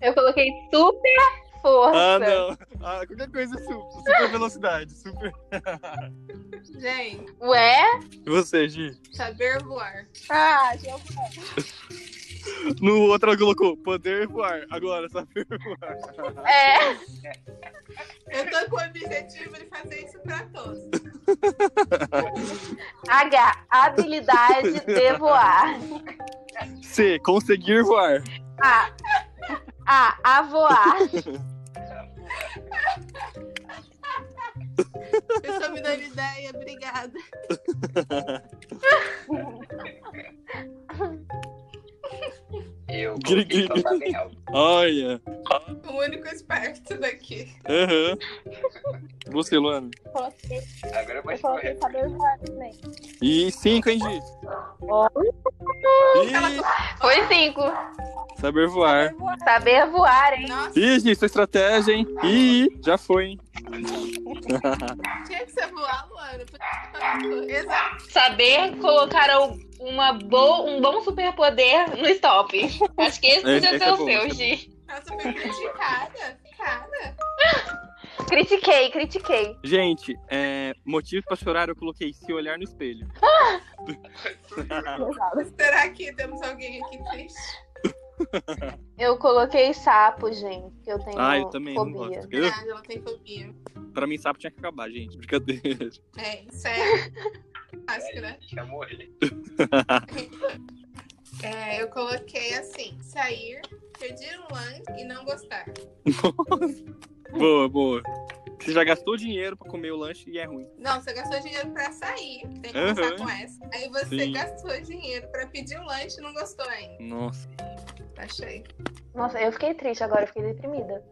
Eu coloquei super força. Ah, não. Ah, qualquer coisa é super, super velocidade. Super. Gente, Ué? E você, Gi? saber voar. Ah, eu No outro ela colocou poder voar. Agora, saber voar. É. Eu tô com o objetivo de fazer isso pra todos. H. Habilidade de voar. C. Conseguir voar. A. A. A voar. Eu só me dando ideia, obrigada. Eu Gui, coloquei gui. soldado em algo. Olha. O único esperto daqui. Aham. Você, Luana. coloquei, Agora eu vou eu coloquei escorrer. saber voar também. E cinco, hein, Gi? Ih, Foi cinco. saber voar. Saber voar. Saber voar, hein? Nossa, Ih, Gi, sua estratégia, hein? Ih, já foi, hein? tinha que ser voar, Luana. Exato. Saber colocar um- uma bo- um bom superpoder no stop. Acho que esse É, podia esse ser é o bom, seu, esse é Gi. Nossa, foi criticada. Cara, Critiquei, critiquei. Gente, é, motivo pra chorar eu coloquei se olhar no espelho. será que temos alguém aqui triste? Eu coloquei sapo, gente. que Eu tenho Ah, eu também não fobia. gosto. Eu, Verdade, ela tem Ah, fobia. pra mim, sapo tinha que acabar, gente. Brincadeira. É, sério. Clássico, né? gente ia morrer. É, eu coloquei assim: sair, pedir um lanche e não gostar. Boa, boa. Você já gastou dinheiro pra comer o lanche e é ruim. Não, você gastou dinheiro pra sair, tem que começar Aham. com essa. Aí você Sim. gastou dinheiro pra pedir um lanche e não gostou ainda. Nossa. Tá cheio. Nossa, eu fiquei triste agora, eu fiquei deprimida.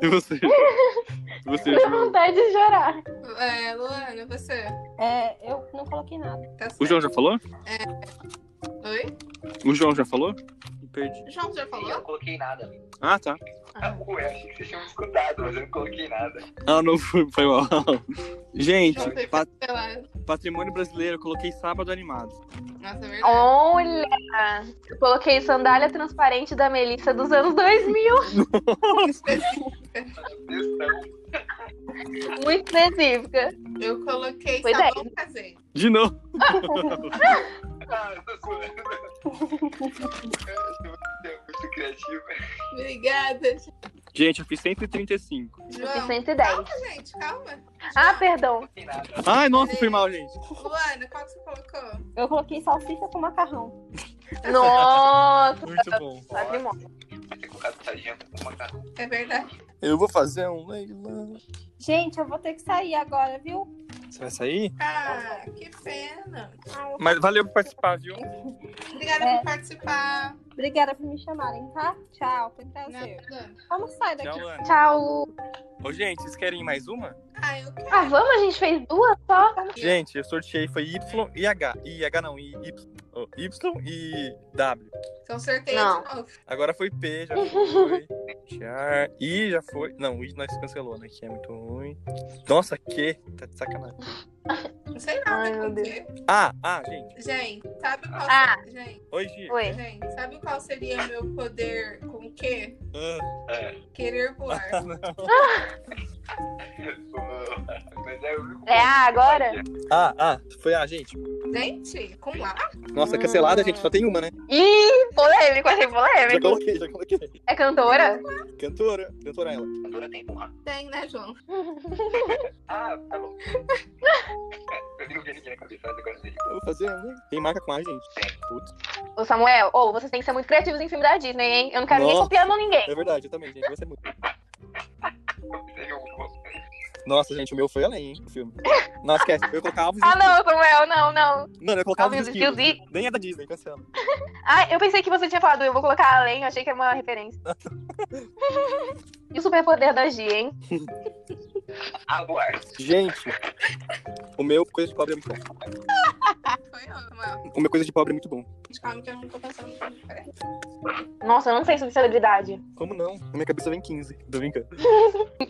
e você? E você, Deu João? vontade de chorar. É, Luana, você? É, eu não coloquei nada. Tá O certo. João já falou? Oi? O João já falou? Perdi. O João já Eu não falou? coloquei nada. Ah, tá. Ah, ué, achei que vocês tinham escutado, mas eu não coloquei nada. Ah, não foi, foi mal. Gente, João foi pa- cancelado. patrimônio brasileiro, eu coloquei sábado animado. Nossa, é verdade. Olha! Eu coloquei sandália transparente da Melissa dos anos 2000. Deus, Muito específica. Eu coloquei Foi sabão caseiro. De novo. não. Ah, eu tô zoando. Você é muito criativo. Obrigada. Gente, eu fiz 135. Eu fiz João. 110. Calma, gente, calma. Ah, perdão. Não tem nada. Ai, nossa, foi mal, gente. Luana, qual que você colocou? Eu coloquei salsicha com macarrão. Nossa, tá Muito bom. patrimônio. Você ter colocado sargento com macarrão. É verdade. Eu vou fazer um leilão. Gente, eu vou ter que sair agora, viu? Você vai sair? Ah, que pena. Mas valeu por participar, viu? Obrigada É. por participar. Obrigada por me chamarem, tá? Tchau, foi um prazer. Nada. Vamos sair daqui. Tchau, Ana. Tchau, Lu. Ô, gente, vocês querem mais uma? Ah, eu Ah, quero. vamos? A gente fez duas só? Gente, eu sorteei foi Y e H. E H não, e Y. Oh, y e W. Então sorteio Não. de novo. Agora foi P, já foi. Tiar. I já foi. Não, I nós cancelou, né? Que é muito ruim. Nossa, Q. Tá de sacanagem. Não sei nada Ai, com o meu quê. Ah, ah, gente. Gente, sabe qual Ah. seria... Gente, Oi, Gi. Oi. gente, sabe qual seria meu poder com o quê? Ah, É. Querer voar. Mas é o único. É ah, agora? ah, ah, foi a gente. gente, com lá. Nossa, cancelada, gente. Só tem uma, né? Ih, polêmico, achei Já polêmico. coloquei, já coloquei. É cantora? Cantora. Cantora ela. A dona tem uma. Tem, né, João? Ah, tá bom. Eu vi que ninguém na cabeça mas agora dele. Eu vou fazer, né? Tem marca com a gente. Putz. Ô, Samuel, ô, vocês têm que ser muito criativos em filme da Disney, hein? Eu não quero ninguém Nossa. copiando ninguém. É verdade, eu também, gente. Você é muito. Seria um bom. Nossa, gente, o meu foi além, hein? O filme. Não, esquece. Eu ia colocar Alves e Ah, não, Samuel, não, não. Mano, eu ia colocar Talvez Alves os e Esquilos. Skills Nem é da Disney, cancela. Ah, eu pensei que você tinha falado, eu vou colocar além, eu achei que era uma referência. e o superpoder da G, hein? Agora. Gente, o meu coisa de pobre é muito bom. Foi ótimo. O meu coisa de pobre é muito bom. Calma que eu não tô pensando em tudo, peraí. Nossa, eu não sei sobre celebridade. Como não? Na minha cabeça vem 15. Tô brincando.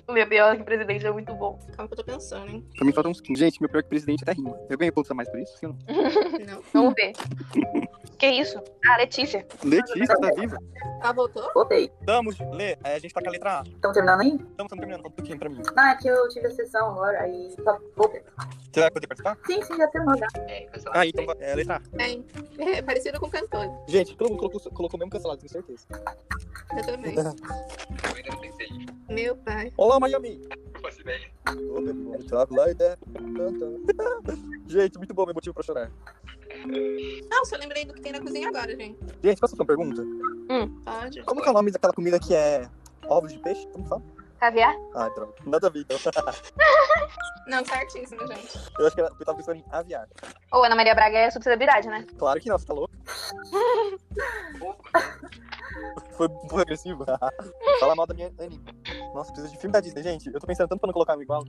O meu pior que presidente é muito bom. Calma que eu tô pensando, hein? Pra mim faltam uns 15. Gente, meu pior que presidente até rima. Eu ganhei pontos a mais por isso? Sim ou não? Não. Vamos ver. que isso? Ah, Letícia. Letícia, tá viva? Ela voltou? Voltei. Estamos, Lê, é, a gente tá com a letra A. Estão terminando aí? Estamos, estamos terminando, falta um pouquinho pra mim. Ah, é que eu tive a sessão agora, aí só vou... Você vai poder participar? Sim, sim, já terminou já. É, pessoal. Ah, então vai- é letra A. Tem. É parecido com cantor. Gente, todo mundo colocou, colocou mesmo cancelado, tenho certeza. Eu também. Eu ainda não pensei. Meu pai. Olá, Miami! Eu faço ideia. Gente, muito bom meu motivo pra chorar. Nossa, eu lembrei do que tem na cozinha agora, gente. Gente, faça uma pergunta. Pode. Como que é o nome daquela comida que é ovos de peixe? Como fala? Caviar? Ah, droga. Nada a ver, então. Não, certíssimo, gente. Eu acho que ela- eu tava pensando em aviar. Ou Ana Maria Braga é subcelebridade, né? Claro que não, você tá louco. Foi um pouco agressivo. Fala mal da minha anime. Nossa, precisa de filme da Disney, gente. Eu tô pensando tanto pra não colocar amigo igual.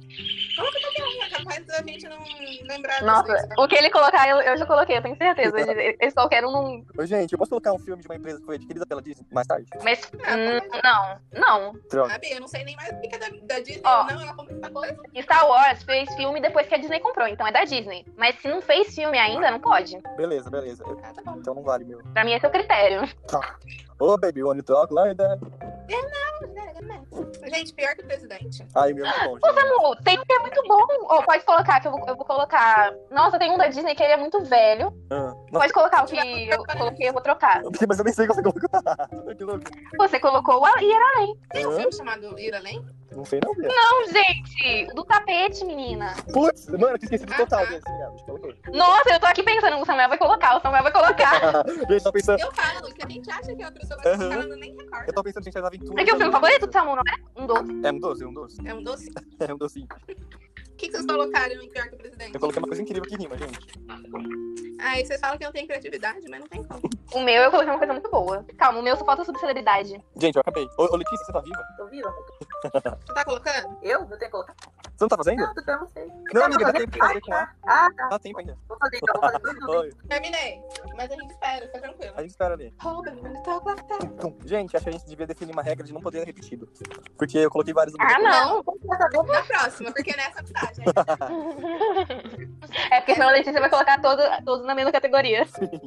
É capaz da gente não lembrar Nossa, disso. o que ele colocar, eu, eu já coloquei, eu tenho certeza. Eles- Eles qualquer um não. Ô, gente, eu posso colocar um filme de uma empresa que foi adquirida pela Disney mais tarde? Mas. hum, não, não. Droga. Sabe? Eu não sei nem mais o que que é da, da Disney. Ó. Não, ela comprou muita coisa. Star Wars fez filme depois que a Disney comprou, então é da Disney. Mas se não fez filme ainda, não pode. Beleza, beleza. Eu- Ah, tá bom. Então não vale, meu. Pra mim, esse é o critério. Ô, baby, wanna talk like É, that? Gente, pior que o presidente. Ai, meu, muito bom, Ô, gente. Samu, tem um que é muito bom. Ou pode colocar, que eu vou, eu vou colocar. Nossa, tem um da Disney que ele é muito velho. Ah, nossa, Pode colocar o que eu coloquei, eu vou trocar. mas eu nem sei o que você colocou. que louco. Você colocou o Al- e era além. Tem um Hã? filme chamado Ir Além? Não sei não, viado. Não, gente, do tapete, menina. Putz, mano, eu tinha Ah, esquecido tá. total desse, viado. Te coloquei. Nossa, eu tô aqui pensando, o Samuel vai colocar, o Samuel vai colocar. Eu tava pensando, Eu falo que a gente acha que a outra pessoa vai Aham. escutar, ela nem recorda. eu tava pensando, gente, as aventuras. É que o filme ali. favorito tá? do Samuel, não é? Um doce. É um doce, é um doce. É um doce. O É um docinho. que, que vocês colocaram em pior que o presidente? Eu coloquei uma coisa incrível que rima, gente. Aí vocês falam que eu não tenho criatividade, mas não tem como. O meu eu coloquei uma coisa muito boa. Calma, o meu só falta subsidiariedade. Gente, eu acabei. Ô, ô Letícia, você tá viva? Tô viva? Tu tá colocando? Eu? Vou ter que colocar. Você não tá fazendo? Não, tô eu não sei. Não, Tá, amiga, vou dá fazer. tempo, dá tempo com A. Ah, tá. Dá tempo ainda. Vou fazer então, vou fazer tudo. Oi, Terminei. Mas a gente espera, fica tranquilo. a gente espera ali. Rouba, não tá colocando. Tum. Gente, acho que a gente devia definir uma regra de não poder repetido. Porque eu coloquei vários. Ah, não. Quer saber? Na próxima, porque nessa não tá, gente. É porque senão a Letícia vai colocar todo- todos na mesma categoria.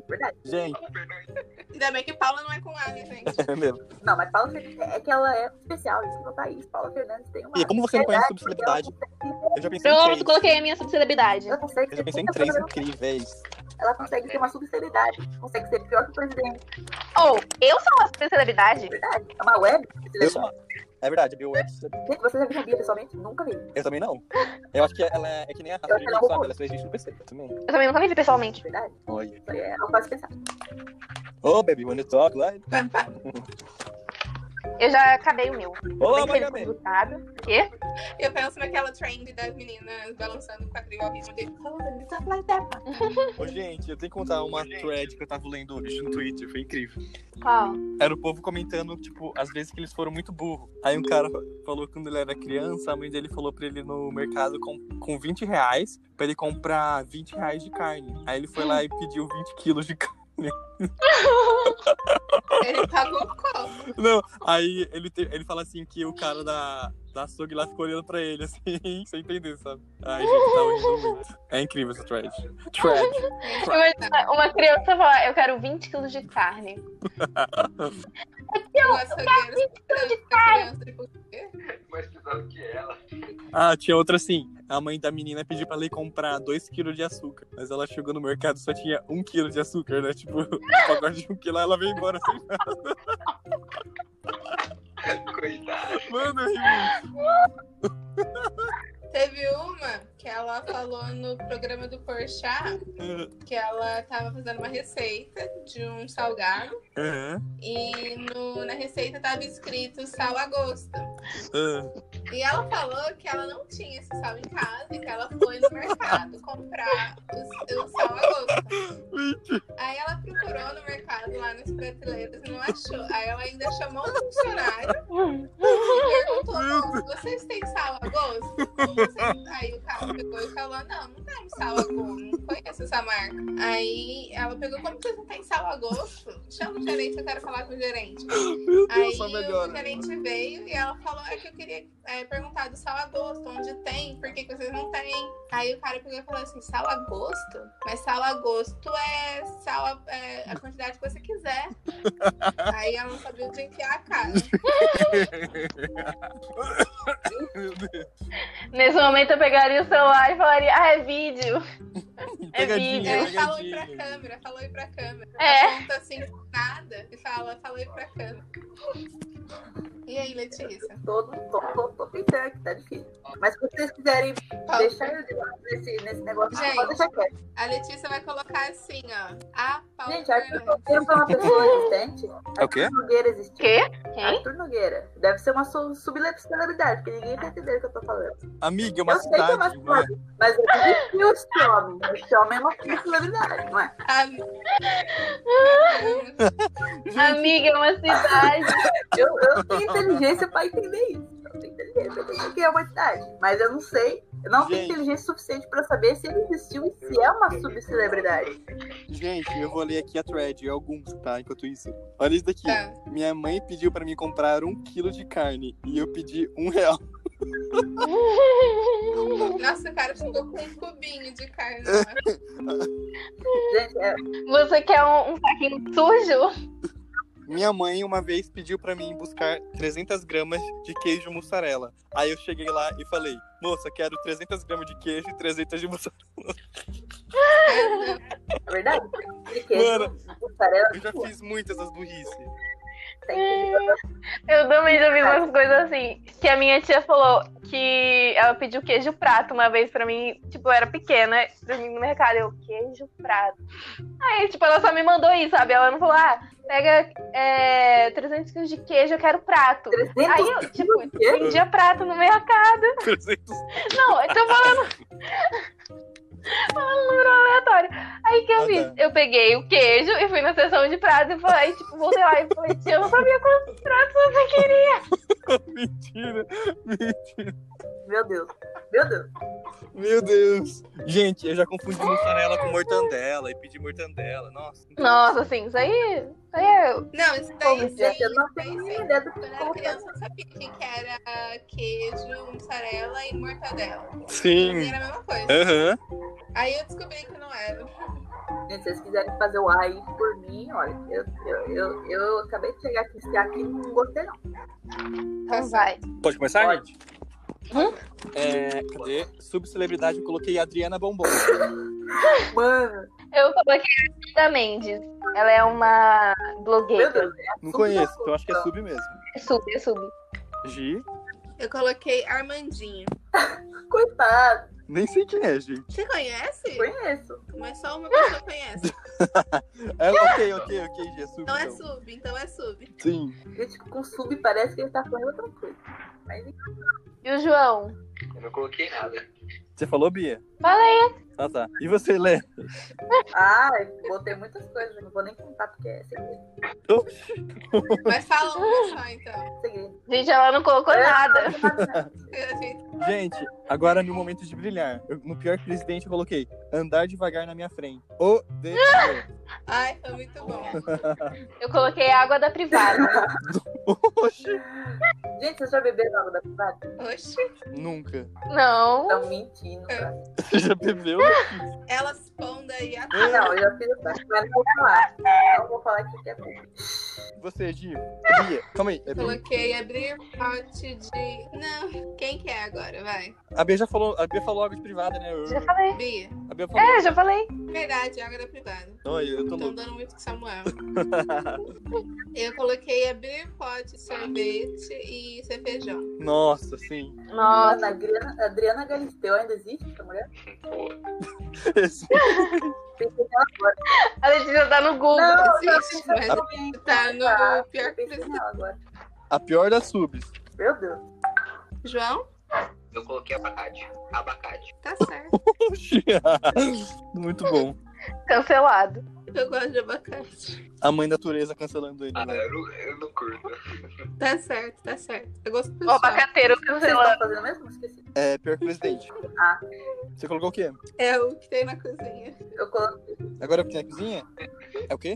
Verdade. Gente, Ainda bem que Paula não é com A, né, gente? é mesmo. Não, mas Paula Fernandes é que ela é especial, isso não tá aí. Paula Fernandes tem uma. E como você não conhece sobre Verdade, celebridade, porque eu já pensei em Pronto, três. coloquei a minha subsidiariedade. Ela consegue, Eu já pensei em ela três né? consegue- incríveis. Ela consegue ter uma subsidiariedade, consegue ser pior que o presidente. Ou, Oh, eu sou uma subsidiariedade? Verdade. É uma web. Eu sou uma- É verdade, a Bill Webster Gente, você já me sabia pessoalmente? Nunca vi. Eu também não. Eu acho que ela é, é que nem a raça Eu de acho que gente, ela roubou. sabe? Ela só existe no PC. Eu também. Eu também nunca me vi pessoalmente. Verdade. Olha. É, não posso pensar. Oh, baby, when you talk, like... Pam, pam. Eu já acabei o meu. Olá, Bem que teve Magami. resultado. O quê? Eu penso naquela trend das meninas balançando o quadril ao ritmo de Rouba, não tá colocando. Ô, gente, eu tenho que contar uma thread que eu tava lendo hoje no Twitter. Foi incrível. Qual? Era o povo comentando, tipo, às vezes que eles foram muito burro. Aí um cara falou que quando ele era criança, a mãe dele falou pra ele no mercado com, com 20 reais pra ele comprar 20 reais de carne. Aí ele foi lá e pediu 20 quilos de carne. Ele pagou como? Não, aí ele, te- ele fala assim que o cara da, da açougue lá ficou olhando pra ele, assim, sem entender, sabe? Ai, gente, tá rindo muito. É incrível essa thread. Thread. Imagina uma criança falar, eu quero 20 quilos de carne. O açougueiro esperando a criança, tipo, mais pesado que ela. Ah, tinha outra assim. A mãe da menina pediu pra ela ir comprar 2kg de açúcar. Mas ela chegou no mercado e só tinha 1kg de açúcar, né? Tipo, o pacote de 1kg ela veio embora assim. Coitada. Mano, eu ri muito. Teve uma que ela falou no programa do Porchat que ela tava fazendo uma receita de um salgado Aham, e no- na receita tava escrito sal a gosto. aham. E ela falou que ela não tinha esse sal em casa e que ela foi no mercado comprar o, o sal a gosto. Aí ela procurou no mercado lá nas prateleiras e não achou. Aí ela ainda chamou o funcionário e perguntou: "Bom, vocês têm sal a gosto? Vocês- Aí o cara pegou e falou: não, não tem sal a gosto, não conheço essa marca. Aí ela pegou: como vocês não têm sal a gosto? Chama o gerente, eu quero falar com o gerente. Meu Aí Deus, só o melhora. gerente veio e ela falou é que eu queria é, perguntar do sal a gosto, onde tem, por que, que vocês não têm. Aí o cara pegou e falou assim, sal a gosto? Mas sal a gosto é sal a, é a quantidade que você quiser. Aí ela não sabia onde enfiar a cara. Meu Deus. Nesse momento eu pegaria o celular e falaria, ah, é vídeo. É Pegadinha, Ela falou aí pra pegadinha. câmera, falou aí pra câmera. É. Aponta assim nada e fala, falou aí pra câmera. E aí, Letícia? Todo, tô, tô, tô tentando aqui, tá difícil. Mas se vocês quiserem Fala. deixar eu de lado nesse, nesse negócio, Gente. pode deixar quieto. A Letícia vai colocar assim, ó. A Paula Gente, Arthur Fernandes. Nogueira foi uma pessoa existente. É o quê? Arthur Nogueira O existiu. quê? Quem? Arthur Nogueira. Deve ser uma su- subcelebridade, porque ninguém vai entender o que eu tô falando. Amiga, é uma eu sei que é uma cidade, não é? cidade, mas eu existiu esse homem. Esse homem é uma subcelebridade, não é? A- Amiga, é uma cidade. Eu, eu tenho inteligência pra entender isso. Eu tenho inteligência pra entender o que é uma cidade. Mas eu não sei. Eu não tenho Gente. inteligência suficiente pra saber se ele existiu e se é uma subcelebridade. Gente, eu vou ler aqui a thread, alguns, tá? Enquanto isso. Olha isso daqui. Tá. Minha mãe pediu pra mim comprar um quilo de carne e eu pedi um real. Nossa, o cara chegou com um cubinho de carne. ó. Gente, é, Você quer um, um saquinho sujo? Minha mãe uma vez pediu pra mim buscar 300 gramas de queijo mussarela. Aí eu cheguei lá e falei, moça, quero 300 gramas de queijo e 300 de mussarela. É, não. é verdade. Ele um queijo, mussarela, Eu já fiz muitas essas burrices. tem que Eu também já vi umas coisas assim. que a minha tia falou que ela pediu queijo prato uma vez pra mim, tipo, eu era pequena, pra mim no mercado, eu, queijo prato. Aí, tipo, ela só me mandou isso, sabe? Ela não falou, ah, pega é, 300 quilos de queijo, eu quero prato. 300 Aí eu, tipo, de queijo? vendia prato no mercado. 300. Não, eu tô falando. falando número aleatório. Aí o que eu Ah, fiz? tá. Eu peguei o queijo e fui na sessão de prato e falei, tipo, voltei lá e falei, tia, eu não sabia quantos pratos você queria. Mentira. Meu Deus. Meu Deus. Meu Deus. Gente, eu já confundi mussarela com mortandela e pedi mortandela. Nossa. Nossa, assim, isso aí. Isso aí é Não, isso Como daí, isso daí, gente, eu não isso daí, tenho isso daí. ideia do Quando eu que é. era acontece. criança, eu sabia que que era queijo, mussarela e mortadela. Pra mim Sim. Era a mesma coisa. Aham. Aí eu descobri que não era. Gente, se vocês quiserem fazer o AI por mim, olha, eu, eu, eu, eu acabei de chegar aqui, se aqui e não gostei não. Tá Então vai. Pode começar, Pode. gente? É, cadê? Subcelebridade, eu coloquei Adriana Bombom. Mano, Eu coloquei a Cida Mendes. Ela é uma meu blogueira. Deus, é Não sub conheço, da então acho que é sub. sub mesmo. É sub, é sub. Gi? Eu coloquei Armandinho. Coitado, Nem sei quem é, gente. Você conhece? conheço. Mas só uma pessoa conhece. É, ok, ok, ok, Gi, é sub. Então é Então. sub, então é sub. Sim. Gente, com sub parece que ele tá fazendo outra coisa. Mas enfim, E o João? Eu não coloquei nada. Você falou, Bia? Fala aí. Ah, tá. E você, Lê? ai, botei muitas coisas, não vou nem contar porque é segredo. Mas fala uma só, então. segredo. Gente, ela não colocou É, nada. não, não, não, A não. gente- Gente, agora é meu momento de brilhar. Eu- no pior presidente eu coloquei andar devagar na minha frente. O de Ai, foi muito bom. Eu coloquei água da privada. Oxi. Gente, vocês já beberam água da privada? Oxi. Nunca. Não. Estão mentindo, É. cara. Você já bebeu? Elas pondo aí a Ah, não, eu já fiz o teste, mas não vou falar. Não vou falar que é bom. Você, Gi. Bia. Calma aí. É Bia. Coloquei abrir pote de. Não, quem que é agora? Vai. A Bia já falou. A Bia falou água de privada, né? Eu- Já falei. Bia. a Bia falou. É, já falei. Verdade, água da privada. Não, eu, eu tô Estão louco. dando muito com Samuel. Eu coloquei abrir pote de sorvete e ser feijão. Nossa, sim. Mano, a Nossa. Adriana, a Adriana Galisteu ainda existe, essa mulher? Pô, Esse- Pensei que ela A Letícia tá no Google. Não, não, Existe, mas não vi. tá no Ah, pior eu pensei nela agora. A pior das subs. Meu Deus. João? Eu coloquei abacate. Abacate. Tá certo. Oxi. Muito bom. Cancelado. Eu gosto de abacate. A mãe da natureza cancelando ele. Ah, né? eu, não- eu não curto. Tá certo, tá certo. Eu gosto do O João. abacateiro Vocês cancelado. estão fazendo mesmo? Esqueci. É, pior presidente. Ah. Você colocou o quê? É o que tem na cozinha. Eu coloquei, Agora tem a cozinha? É o quê?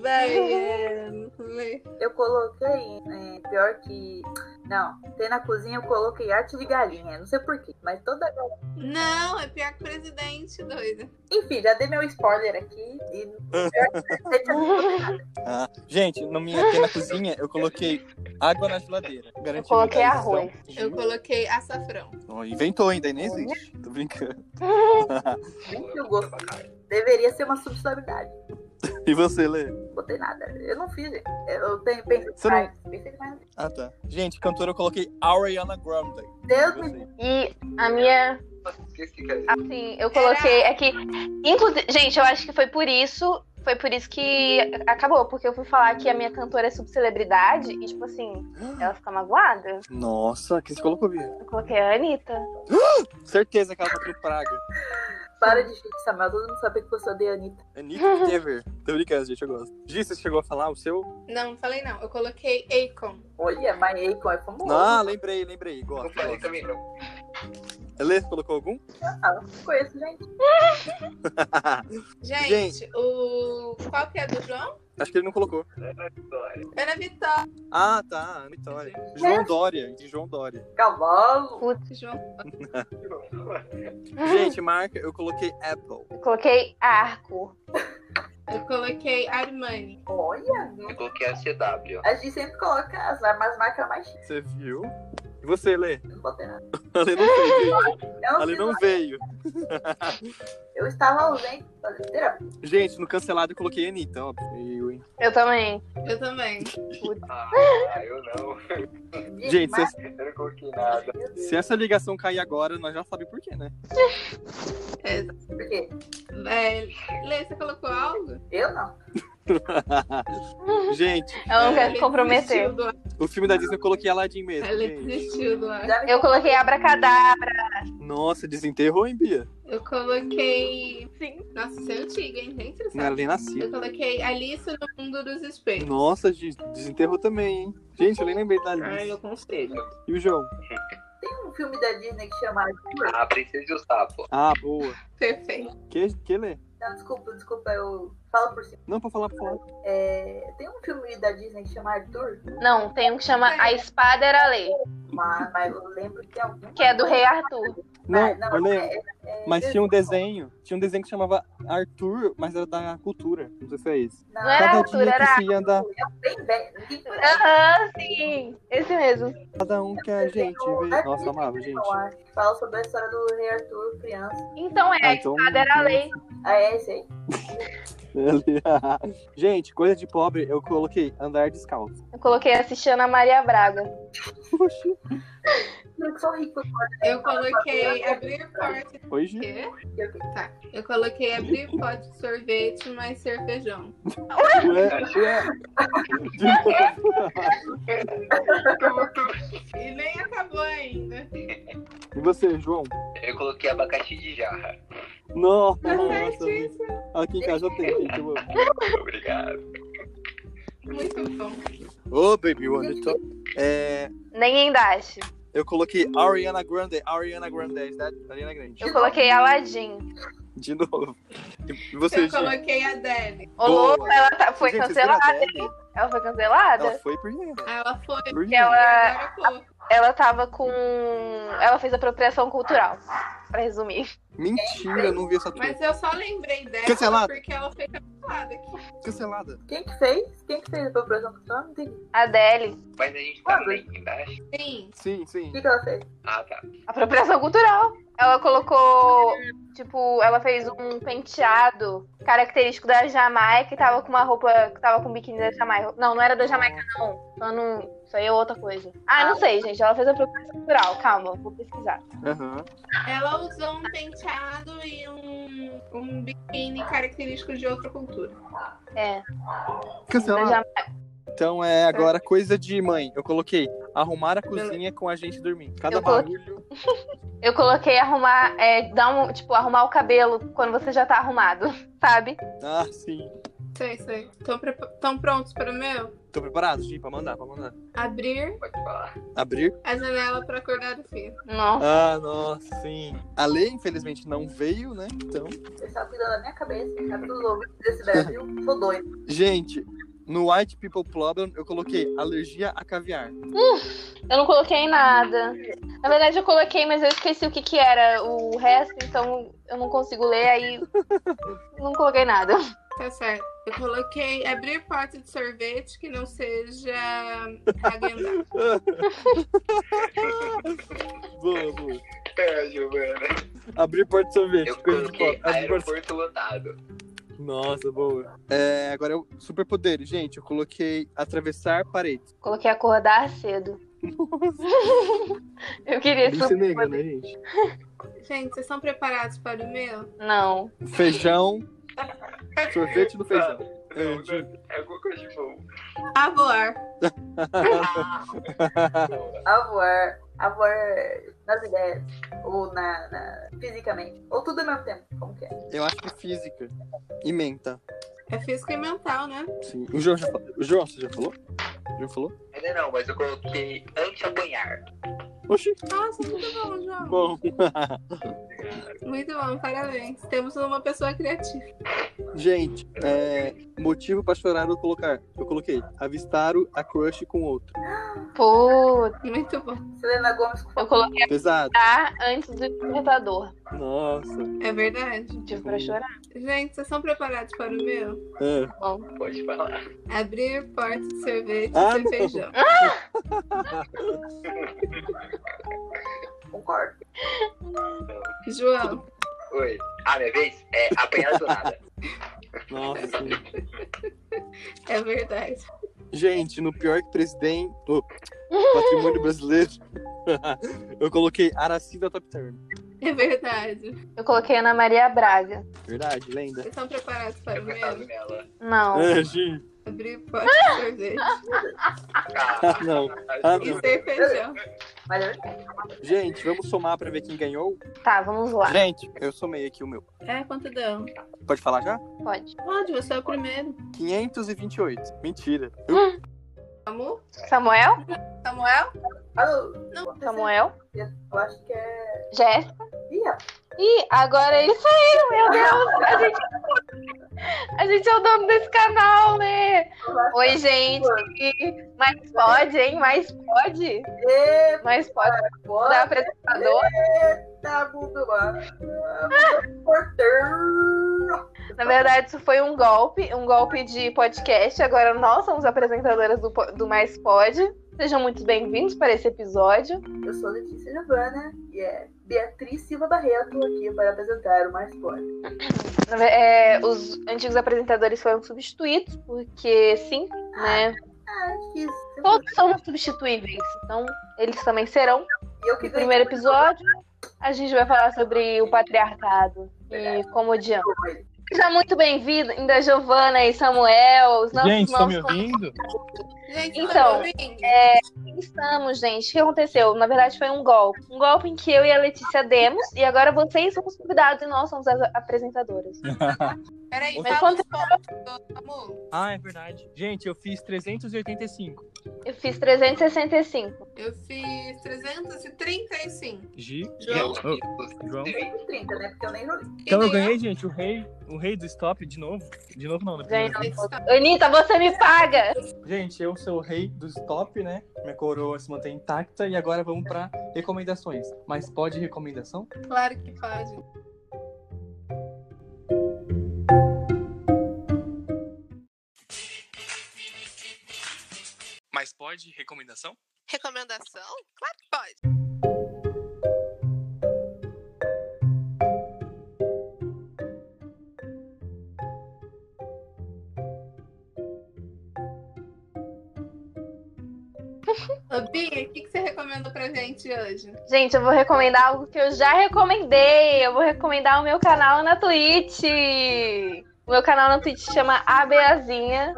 Vai, é... vai. eu coloquei é, pior que. Não, tem na cozinha eu coloquei arte de galinha. Não sei porquê, mas toda. Não, é pior que presidente, doida. Enfim, já dei meu spoiler aqui. E pior que- Ah, gente, na minha aqui na cozinha eu coloquei água na geladeira. Eu Garantindo coloquei a arroz. edição. Eu coloquei açafrão. Ó, inventou ainda, e nem existe. Tô brincando. Pô, Eu gosto. eu gosto de abacate. Deveria ser uma subsolidade. E você, Lê? Botei nada. Eu não fiz, gente. Eu tenho pensei Você não- mais. Pensei mais. Ah, tá. Gente, cantora eu coloquei Ariana Grande. Deus me Você. E a minha Nossa, esqueci, cara. Assim, eu coloquei aqui. Inclusive, gente, eu acho que foi por isso. Foi por isso que acabou, porque eu fui falar que a minha cantora é subcelebridade e, tipo assim, ela fica magoada. Nossa, quem você colocou, Bia? Eu coloquei a Anitta. Certeza que ela tá pro Praga. para de xingar Samuel. Todo mundo sabe que você odeia a Anitta. É Nick Dever. Tô brincando, gente, eu gosto. Gi, você chegou a falar o seu? Não, não falei não. Eu coloquei Akon. Olha, mas Akon é famoso. Ah, lembrei, lembrei. Eu Não Gosto. falei gosto. também, não. Lê, você colocou algum? Ah, não conheço, gente. Gente, o. Qual que é do João? Acho que ele não colocou. Vitória. Ana Vitória. Ah, tá. Vitória. João Dória. De João Dória. Cavalo. João. Gente, marca, eu coloquei Apple. Eu coloquei arco. Eu coloquei Armani. Olha, né? Eu coloquei a CW. a gente sempre coloca as as marcas mais chiques. Você viu? E você, Lê? Não botei nada. A Lê não veio. Eu, A Lê não veio. eu estava ausente. fazer terapia. Gente, no cancelado eu coloquei Anitta, ó. Eu, hein? Eu também. Eu também. Ah, eu não. Gente, mas- se, Eu não coloquei nada. Meu Deus, se essa ligação cair agora, nós já sabemos por quê, né? Por quê? É, Lê, você colocou algo? Eu não. gente, Ela não É. quer se comprometer. Desistiu do ar. o filme da Disney eu coloquei Aladdin mesmo. Ela gente. desistiu do ar. Já me Eu coloquei abracadabra. Nossa, desenterrou, hein, Bia? Eu coloquei. Sim. Nossa, isso é antiga, hein? Nem você Não era sabe. nem nascida. Eu coloquei Alice no Mundo dos Espelhos. Nossa, de- desenterrou também, hein? Gente, eu nem lembrei da Ai, Alice. eu conselho. E o João? Tem um filme da Disney que chama. Ah, Princesa e o Sapo. Ah, boa. Perfeito. Que, que lê? Não, desculpa, desculpa, eu falo por cima. Não, pra falar, pra falar. É, tem um filme da Disney que chama Arthur, Não, tem um que chama A Espada Era a Lei, mas, mas eu lembro que tem algum. que é do Rei Arthur. Não, não, eu lembro. é- é- Mas tinha um desenho. Tinha um desenho que chamava Arthur, mas era da cultura. Não sei se é esse. Não, Não era Cada Arthur, dia era que se ia andar, bem velho. ninguém- Aham, sim. Esse mesmo. cada um que a gente vê. Nossa, eu amava, gente. Eu acho que Fala sobre a história do rei Arthur, criança. Então é, Ah, A então- Espada Era a Lei. Ah, é esse aí? gente, coisa de pobre, eu coloquei andar descalço. Eu coloquei assistindo a Maria Braga. Oxi. Eu sou rico. Eu coloquei abrir porta. Oi, Gi. Quê? Tá. Eu coloquei abrir pote de sorvete, mas ser feijão. Ué, ué. De novo. E nem acabou ainda. E você, João? Eu coloquei abacaxi de jarra. Nossa, Tá certíssimo. aqui em casa eu tenho. Gente, eu amo. Obrigado. Muito bom. Ô, baby, one top. É, Nem em Dash. eu coloquei Ariana Grande, Ariana Grande, né? Ariana Grande. Eu coloquei Aladdin. De novo. E Eu você, Gi? coloquei a Deli. Ô, Boa. louco, ela tá- foi Gente, vocês viram a cancelada. Adele? Ela foi cancelada? Ela foi por quê? Ela foi. Por quê? Ela- Agora pouco. ela tava com. Ela fez apropriação cultural, pra resumir. Mentira, eu não vi essa turma. Mas eu só lembrei dela Cancelada. porque ela foi cancelada aqui. Cancelada. Quem que fez? Quem que fez a apropriação cultural? Não entendi. A Adele, Mas a gente tá bem embaixo. Sim. Sim, sim. O que, Uhum. que ela fez? Ah, tá. apropriação cultural. Ela colocou. Tipo, ela fez um penteado característico da Jamaica e tava com uma roupa que tava com um biquíni da Jamaica. Não, não era da Jamaica, não. Só não. Isso aí é outra coisa. Ah, não sei, gente. Ela fez apropriação cultural. Calma, vou pesquisar. Aham. Ela usou um penteado e um, um biquíni característico de outra cultura. É. Da Cancelada. Jamaica. Então é agora coisa de mãe. Eu coloquei arrumar a cozinha com a gente dormindo. Cada Eu coloquei- barulho. Eu coloquei arrumar. É, dar um, tipo, arrumar o cabelo quando você já tá arrumado, sabe? Ah, sim. Sei, sei. Estão prontos para o meu? Tô preparado, Gi, pra mandar, pra mandar. Abrir Pode falar. Abrir? a janela para acordar o filho. Nossa. Ah, nossa, sim. A lei, infelizmente, não veio, né? Então. Eu estava cuidando da minha cabeça, cara, dos ouvidos desse Brasil. Sou doido. Gente, no White People Problem eu coloquei alergia a caviar. Eu não coloquei nada. Na verdade, eu coloquei, mas eu esqueci o que, que era o resto, então eu não consigo ler, aí não coloquei nada. Tá certo. Eu coloquei abrir pote de sorvete que não seja Häagen-Dazs. Boa, boa. É, Giovana. Abrir porta de sorvete. Eu coisa de coloquei pobre. Abrir porta de aeroporto lotado. Nossa, boa. É, agora eu superpoder, gente. Eu coloquei atravessar paredes. Coloquei acordar cedo. eu queria Bice super. negra, né, gente? Gente, vocês estão preparados para o meu? Não. Feijão. Sorvete do feijão. É, Não, não, é alguma coisa de bom. A voar. Avor. Avor nas ideias. Ou na, na- fisicamente. Ou tudo ao mesmo tempo. Como que é? eu acho que física. E menta. É física e mental, né? Sim. O João já falou. O João, você já falou? O João falou? Ainda não, mas eu coloquei anti-apanhar. Oxi. Nossa, muito bom, João. Bom. Muito bom, parabéns. Temos uma pessoa criativa. gente, é, motivo pra chorar eu colocar. Eu coloquei. Avistar o- a crush com outro. Puta. Muito bom. Selena Gomes com Eu coloquei Pesado. acordar antes do despertador. Nossa. É verdade. Tive pra chorar. Gente, vocês estão preparados para o meu? É. Pode falar. Abrir porta de sorvete Ah, e não. ser feijão. concordo. João, Oi. Ah, minha vez? É apanhar do nada. Nossa. É verdade. Gente, no pior que presidente. ô, patrimônio brasileiro. eu coloquei Araci da Top Term. É verdade. Eu coloquei Ana Maria Braga. Verdade, lenda. Vocês estão preparados para Eu o gostava mesmo? dela. Não. É, gente. Abrir pote de sorvete Ah, Ah, não. ah, e ser feijão. Mas é eu Gente, vamos somar pra ver quem ganhou? Tá, vamos lá. Gente, eu somei aqui o meu. É, quanto dão? Pode falar já? Pode. Pode, você é o primeiro. 528. Mentira. Amor? Samuel? Samuel? falo, Não. Samuel? eu acho que é. Jéssica? Ih, ó. Ih, agora eles saíram, meu Deus! A gente, a gente é o dono desse canal, né? Oi, gente. Mas pode, hein? Mas pode. Eita, Mas pode mudar apresentador. Eita, Bubu, mano. Porteiro. Na verdade, isso foi um golpe, um golpe de podcast. Agora nós somos apresentadoras do, po- do Mais Pode. Sejam muito bem-vindos para esse episódio. Eu sou Letícia Giovana e é Beatriz Silva Barreto aqui para apresentar o Mais Forte. Na ve- é, os antigos apresentadores foram substituídos, porque sim, né? Ah, acho que isso. Todos são substituíveis. Então, eles também serão. E eu que No ganhei. primeiro episódio, a gente vai falar sobre o patriarcado e como odiamos. Seja muito bem-vindo, ainda Giovana e Samuel, os nossos Gente, estão novos me ouvindo? Gente, um Então, tô dormindo. Estamos, gente. O que aconteceu? Na verdade, foi um golpe. Um golpe em que eu e a Letícia demos, e agora vocês são os convidados e nós somos as apresentadoras. Peraí, Mas fala quanto- os pontos, do- amor. Ah, é verdade. Gente, eu fiz 385. Eu fiz 365. Eu fiz 335. Gi. João. João. 30, né? Porque eu nem rolei. Quem Então eu ganhou? ganhei, gente, o rei, o rei do stop de novo. De novo não, né? Ganhou. Eles estão- Anitta, você me paga! Gente, eu sou o rei do stop, né? Minha coroa se mantém intacta e agora vamos pra recomendações. Mas pode recomendação? Claro que pode. Mas pode recomendação? Recomendação? Claro que pode. Ô, Bia, o que, que você recomenda pra gente hoje? Gente, eu vou recomendar algo que eu já recomendei. Eu vou recomendar o meu canal na Twitch. O meu canal na Twitch chama ABAzinha.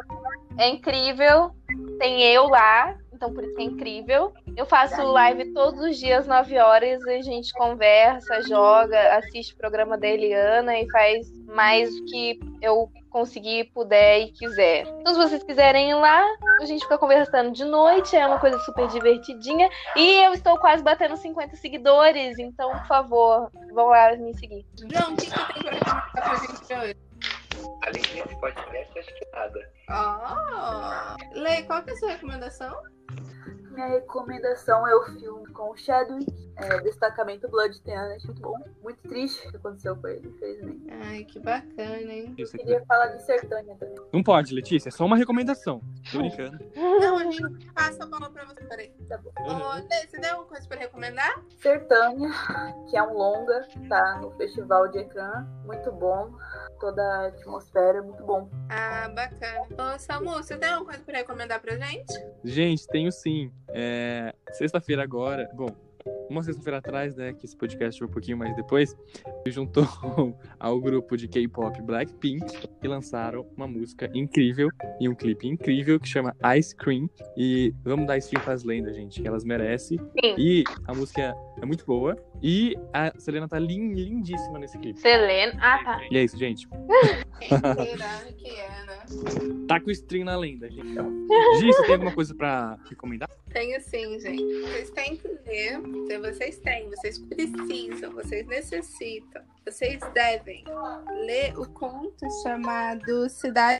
É incrível. Tem eu lá, então por isso que é incrível. Eu faço live todos os dias, 9 horas, e a gente conversa, joga, assiste o programa da Eliana e faz mais o que eu conseguir, puder e quiser. Então, se vocês quiserem ir lá, a gente fica conversando de noite, é uma coisa super divertidinha. E eu estou quase batendo 50 seguidores, então, por favor, vão lá me seguir. João, o que, que você tem pra recomendar pra gente hoje? Além desse podcast, acho que é nada. Oh! Lei, qual que é a sua recomendação? Minha recomendação é o filme com o Chadwick, é, Destacamento Blood Tenant. Muito bom. Muito triste o que aconteceu com ele, infelizmente. Ai, que bacana, hein? Eu é. queria falar de Sertânia também. Não pode, Letícia, é só uma recomendação. Tô brincando. Não, a gente passa a bola pra você. Peraí. Tá bom. Ô, Uhum. Lei, você tem alguma coisa pra recomendar? Sertânia, que é um longa, tá no Festival de Ecrã. Muito bom. Toda a atmosfera, é muito bom. Ah, bacana. Ô, Samu, você tem alguma coisa pra recomendar pra gente? Gente, tenho sim. É, Sexta-feira agora. Bom, uma sexta-feira atrás, né? Que esse podcast foi um pouquinho mais depois. Se juntou ao grupo de K-pop Blackpink e lançaram uma música incrível e um clipe incrível que chama Ice Cream. E vamos dar ice cream pras lendas, gente, que elas merecem. Sim. E a música é- é muito boa. E a Selena tá lin- lindíssima nesse clipe. Selena. Ah, tá. E é isso, gente. Quem será que é, né? Tá com o stream na lenda, gente. Gi, você tem alguma coisa pra recomendar? Tenho sim, assim, gente. Vocês têm que ler. Se vocês têm, vocês precisam, vocês necessitam, vocês devem ler o conto chamado Cidade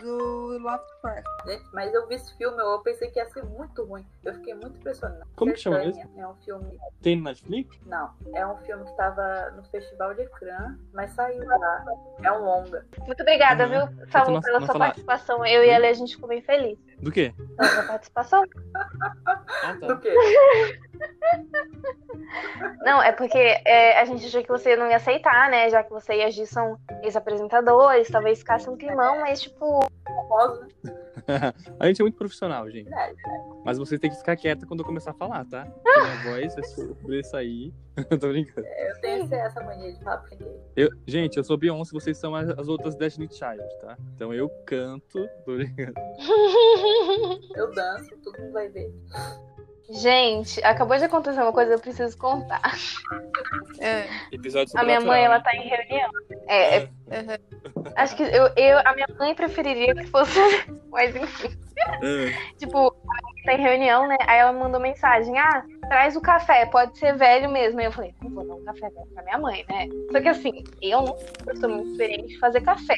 do Lovecraft. Gente, né? mas eu vi esse filme, eu pensei que ia ser muito ruim. Eu fiquei muito impressionada. Como que chama Sertânia É um filme. Tem no Netflix? Não, é um filme que tava no Festival de Ecrã, mas saiu lá. É um longa. Muito obrigada, Uhum. viu, Então, Samu, nós- pela nós sua falar- participação. Eu e ela, a gente ficou bem feliz Do quê? pela sua participação. Ah, tá. Do quê? Não, é porque é, a gente achou que você não ia aceitar, né? Já que você e a Gi são ex-apresentadores, talvez ficasse um climão, mas tipo. famoso, né? A gente é muito profissional, gente. É, Verdade. Mas vocês têm que ficar quieta quando eu começar a falar, tá? Porque Minha voz é sobressair. Tô brincando. Eu tenho essa- essa mania de falar pra ninguém. Eu, gente, eu sou Beyoncé, vocês são as, as outras Destiny Child, tá? Então eu canto. Tô brincando. Eu danço, todo mundo vai ver. Gente, acabou de acontecer uma coisa que eu preciso contar. Episódio A minha mãe, ela sobrenatural, tá em reunião. É, é- Uhum. acho que eu, eu, a minha mãe preferiria que fosse. Mas enfim. né? Tipo, tá em reunião, né? Aí ela mandou mensagem: ah, traz o café, pode ser velho mesmo. Aí eu falei: não vou dar um café velho pra minha mãe, né? Só que assim, eu não eu sou muito experiente em fazer café.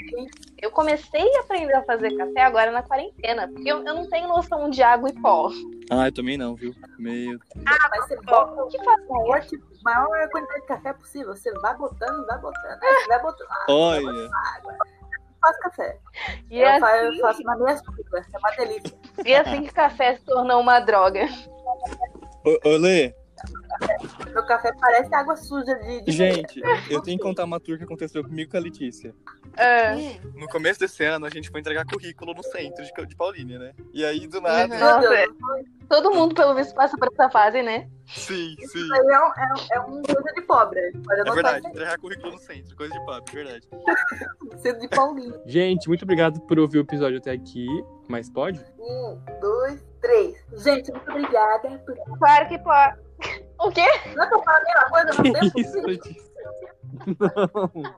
Eu comecei a aprender a fazer café agora na quarentena, porque eu, eu não tenho noção de água e pó. Ah, eu também não, viu? Meio. Ah, Vai ser bom. O que fazer? a maior, tipo, maior quantidade de café possível. Você vai botando, vai botando. Aí você vai botando. Ah, Olha! faz café. E Eu, fa- assim, eu faço uma meia açúcar. É uma delícia. e assim que café se tornou uma droga. Ô, ô, Lê, Meu café parece água suja de. de Gente, eu tenho que contar uma tour que aconteceu comigo e com a Letícia. Ah, No começo desse ano, a gente foi entregar currículo no centro de, de Paulínia, né? E aí, do nada. Meu Deus, Nossa. todo mundo, pelo visto, passa por essa fase, né? Sim, sim. isso aí é, um, é, um- é um coisa de pobre. Pode É anotar verdade, isso entregar currículo no centro, coisa de papo, é verdade. aí. Sendo de Paulinho. Gente, muito obrigado por ouvir o episódio até aqui. Mas pode? Um, dois, três. Gente, muito obrigada. Por... Claro que pode. O quê? Não é que eu falo a mesma coisa no tempo? Isso, Letícia. Não.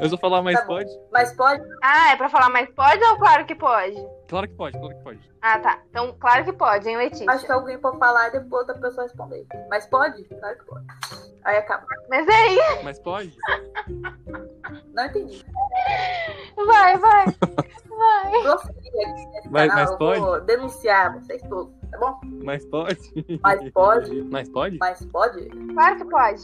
Eu só falar, mas Tá bom. pode? Mas pode. Ah, é pra falar, mas pode ou claro que pode? Claro que pode, claro que pode. Ah, tá. Então, claro que pode, hein, Letícia? Acho que alguém pode falar e depois outra pessoa responder. Mas pode? Claro que pode. Aí acaba. Mas é isso. Mas pode? Não entendi. Vai, vai. vai. Grosseria aqui nesse Mas- canal, mas eu pode? vou denunciar vocês todos, tá bom? Mas pode? Mas pode? Mas pode? Mas pode? Claro que pode.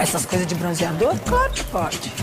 Essas coisas de bronzeador? Claro que pode.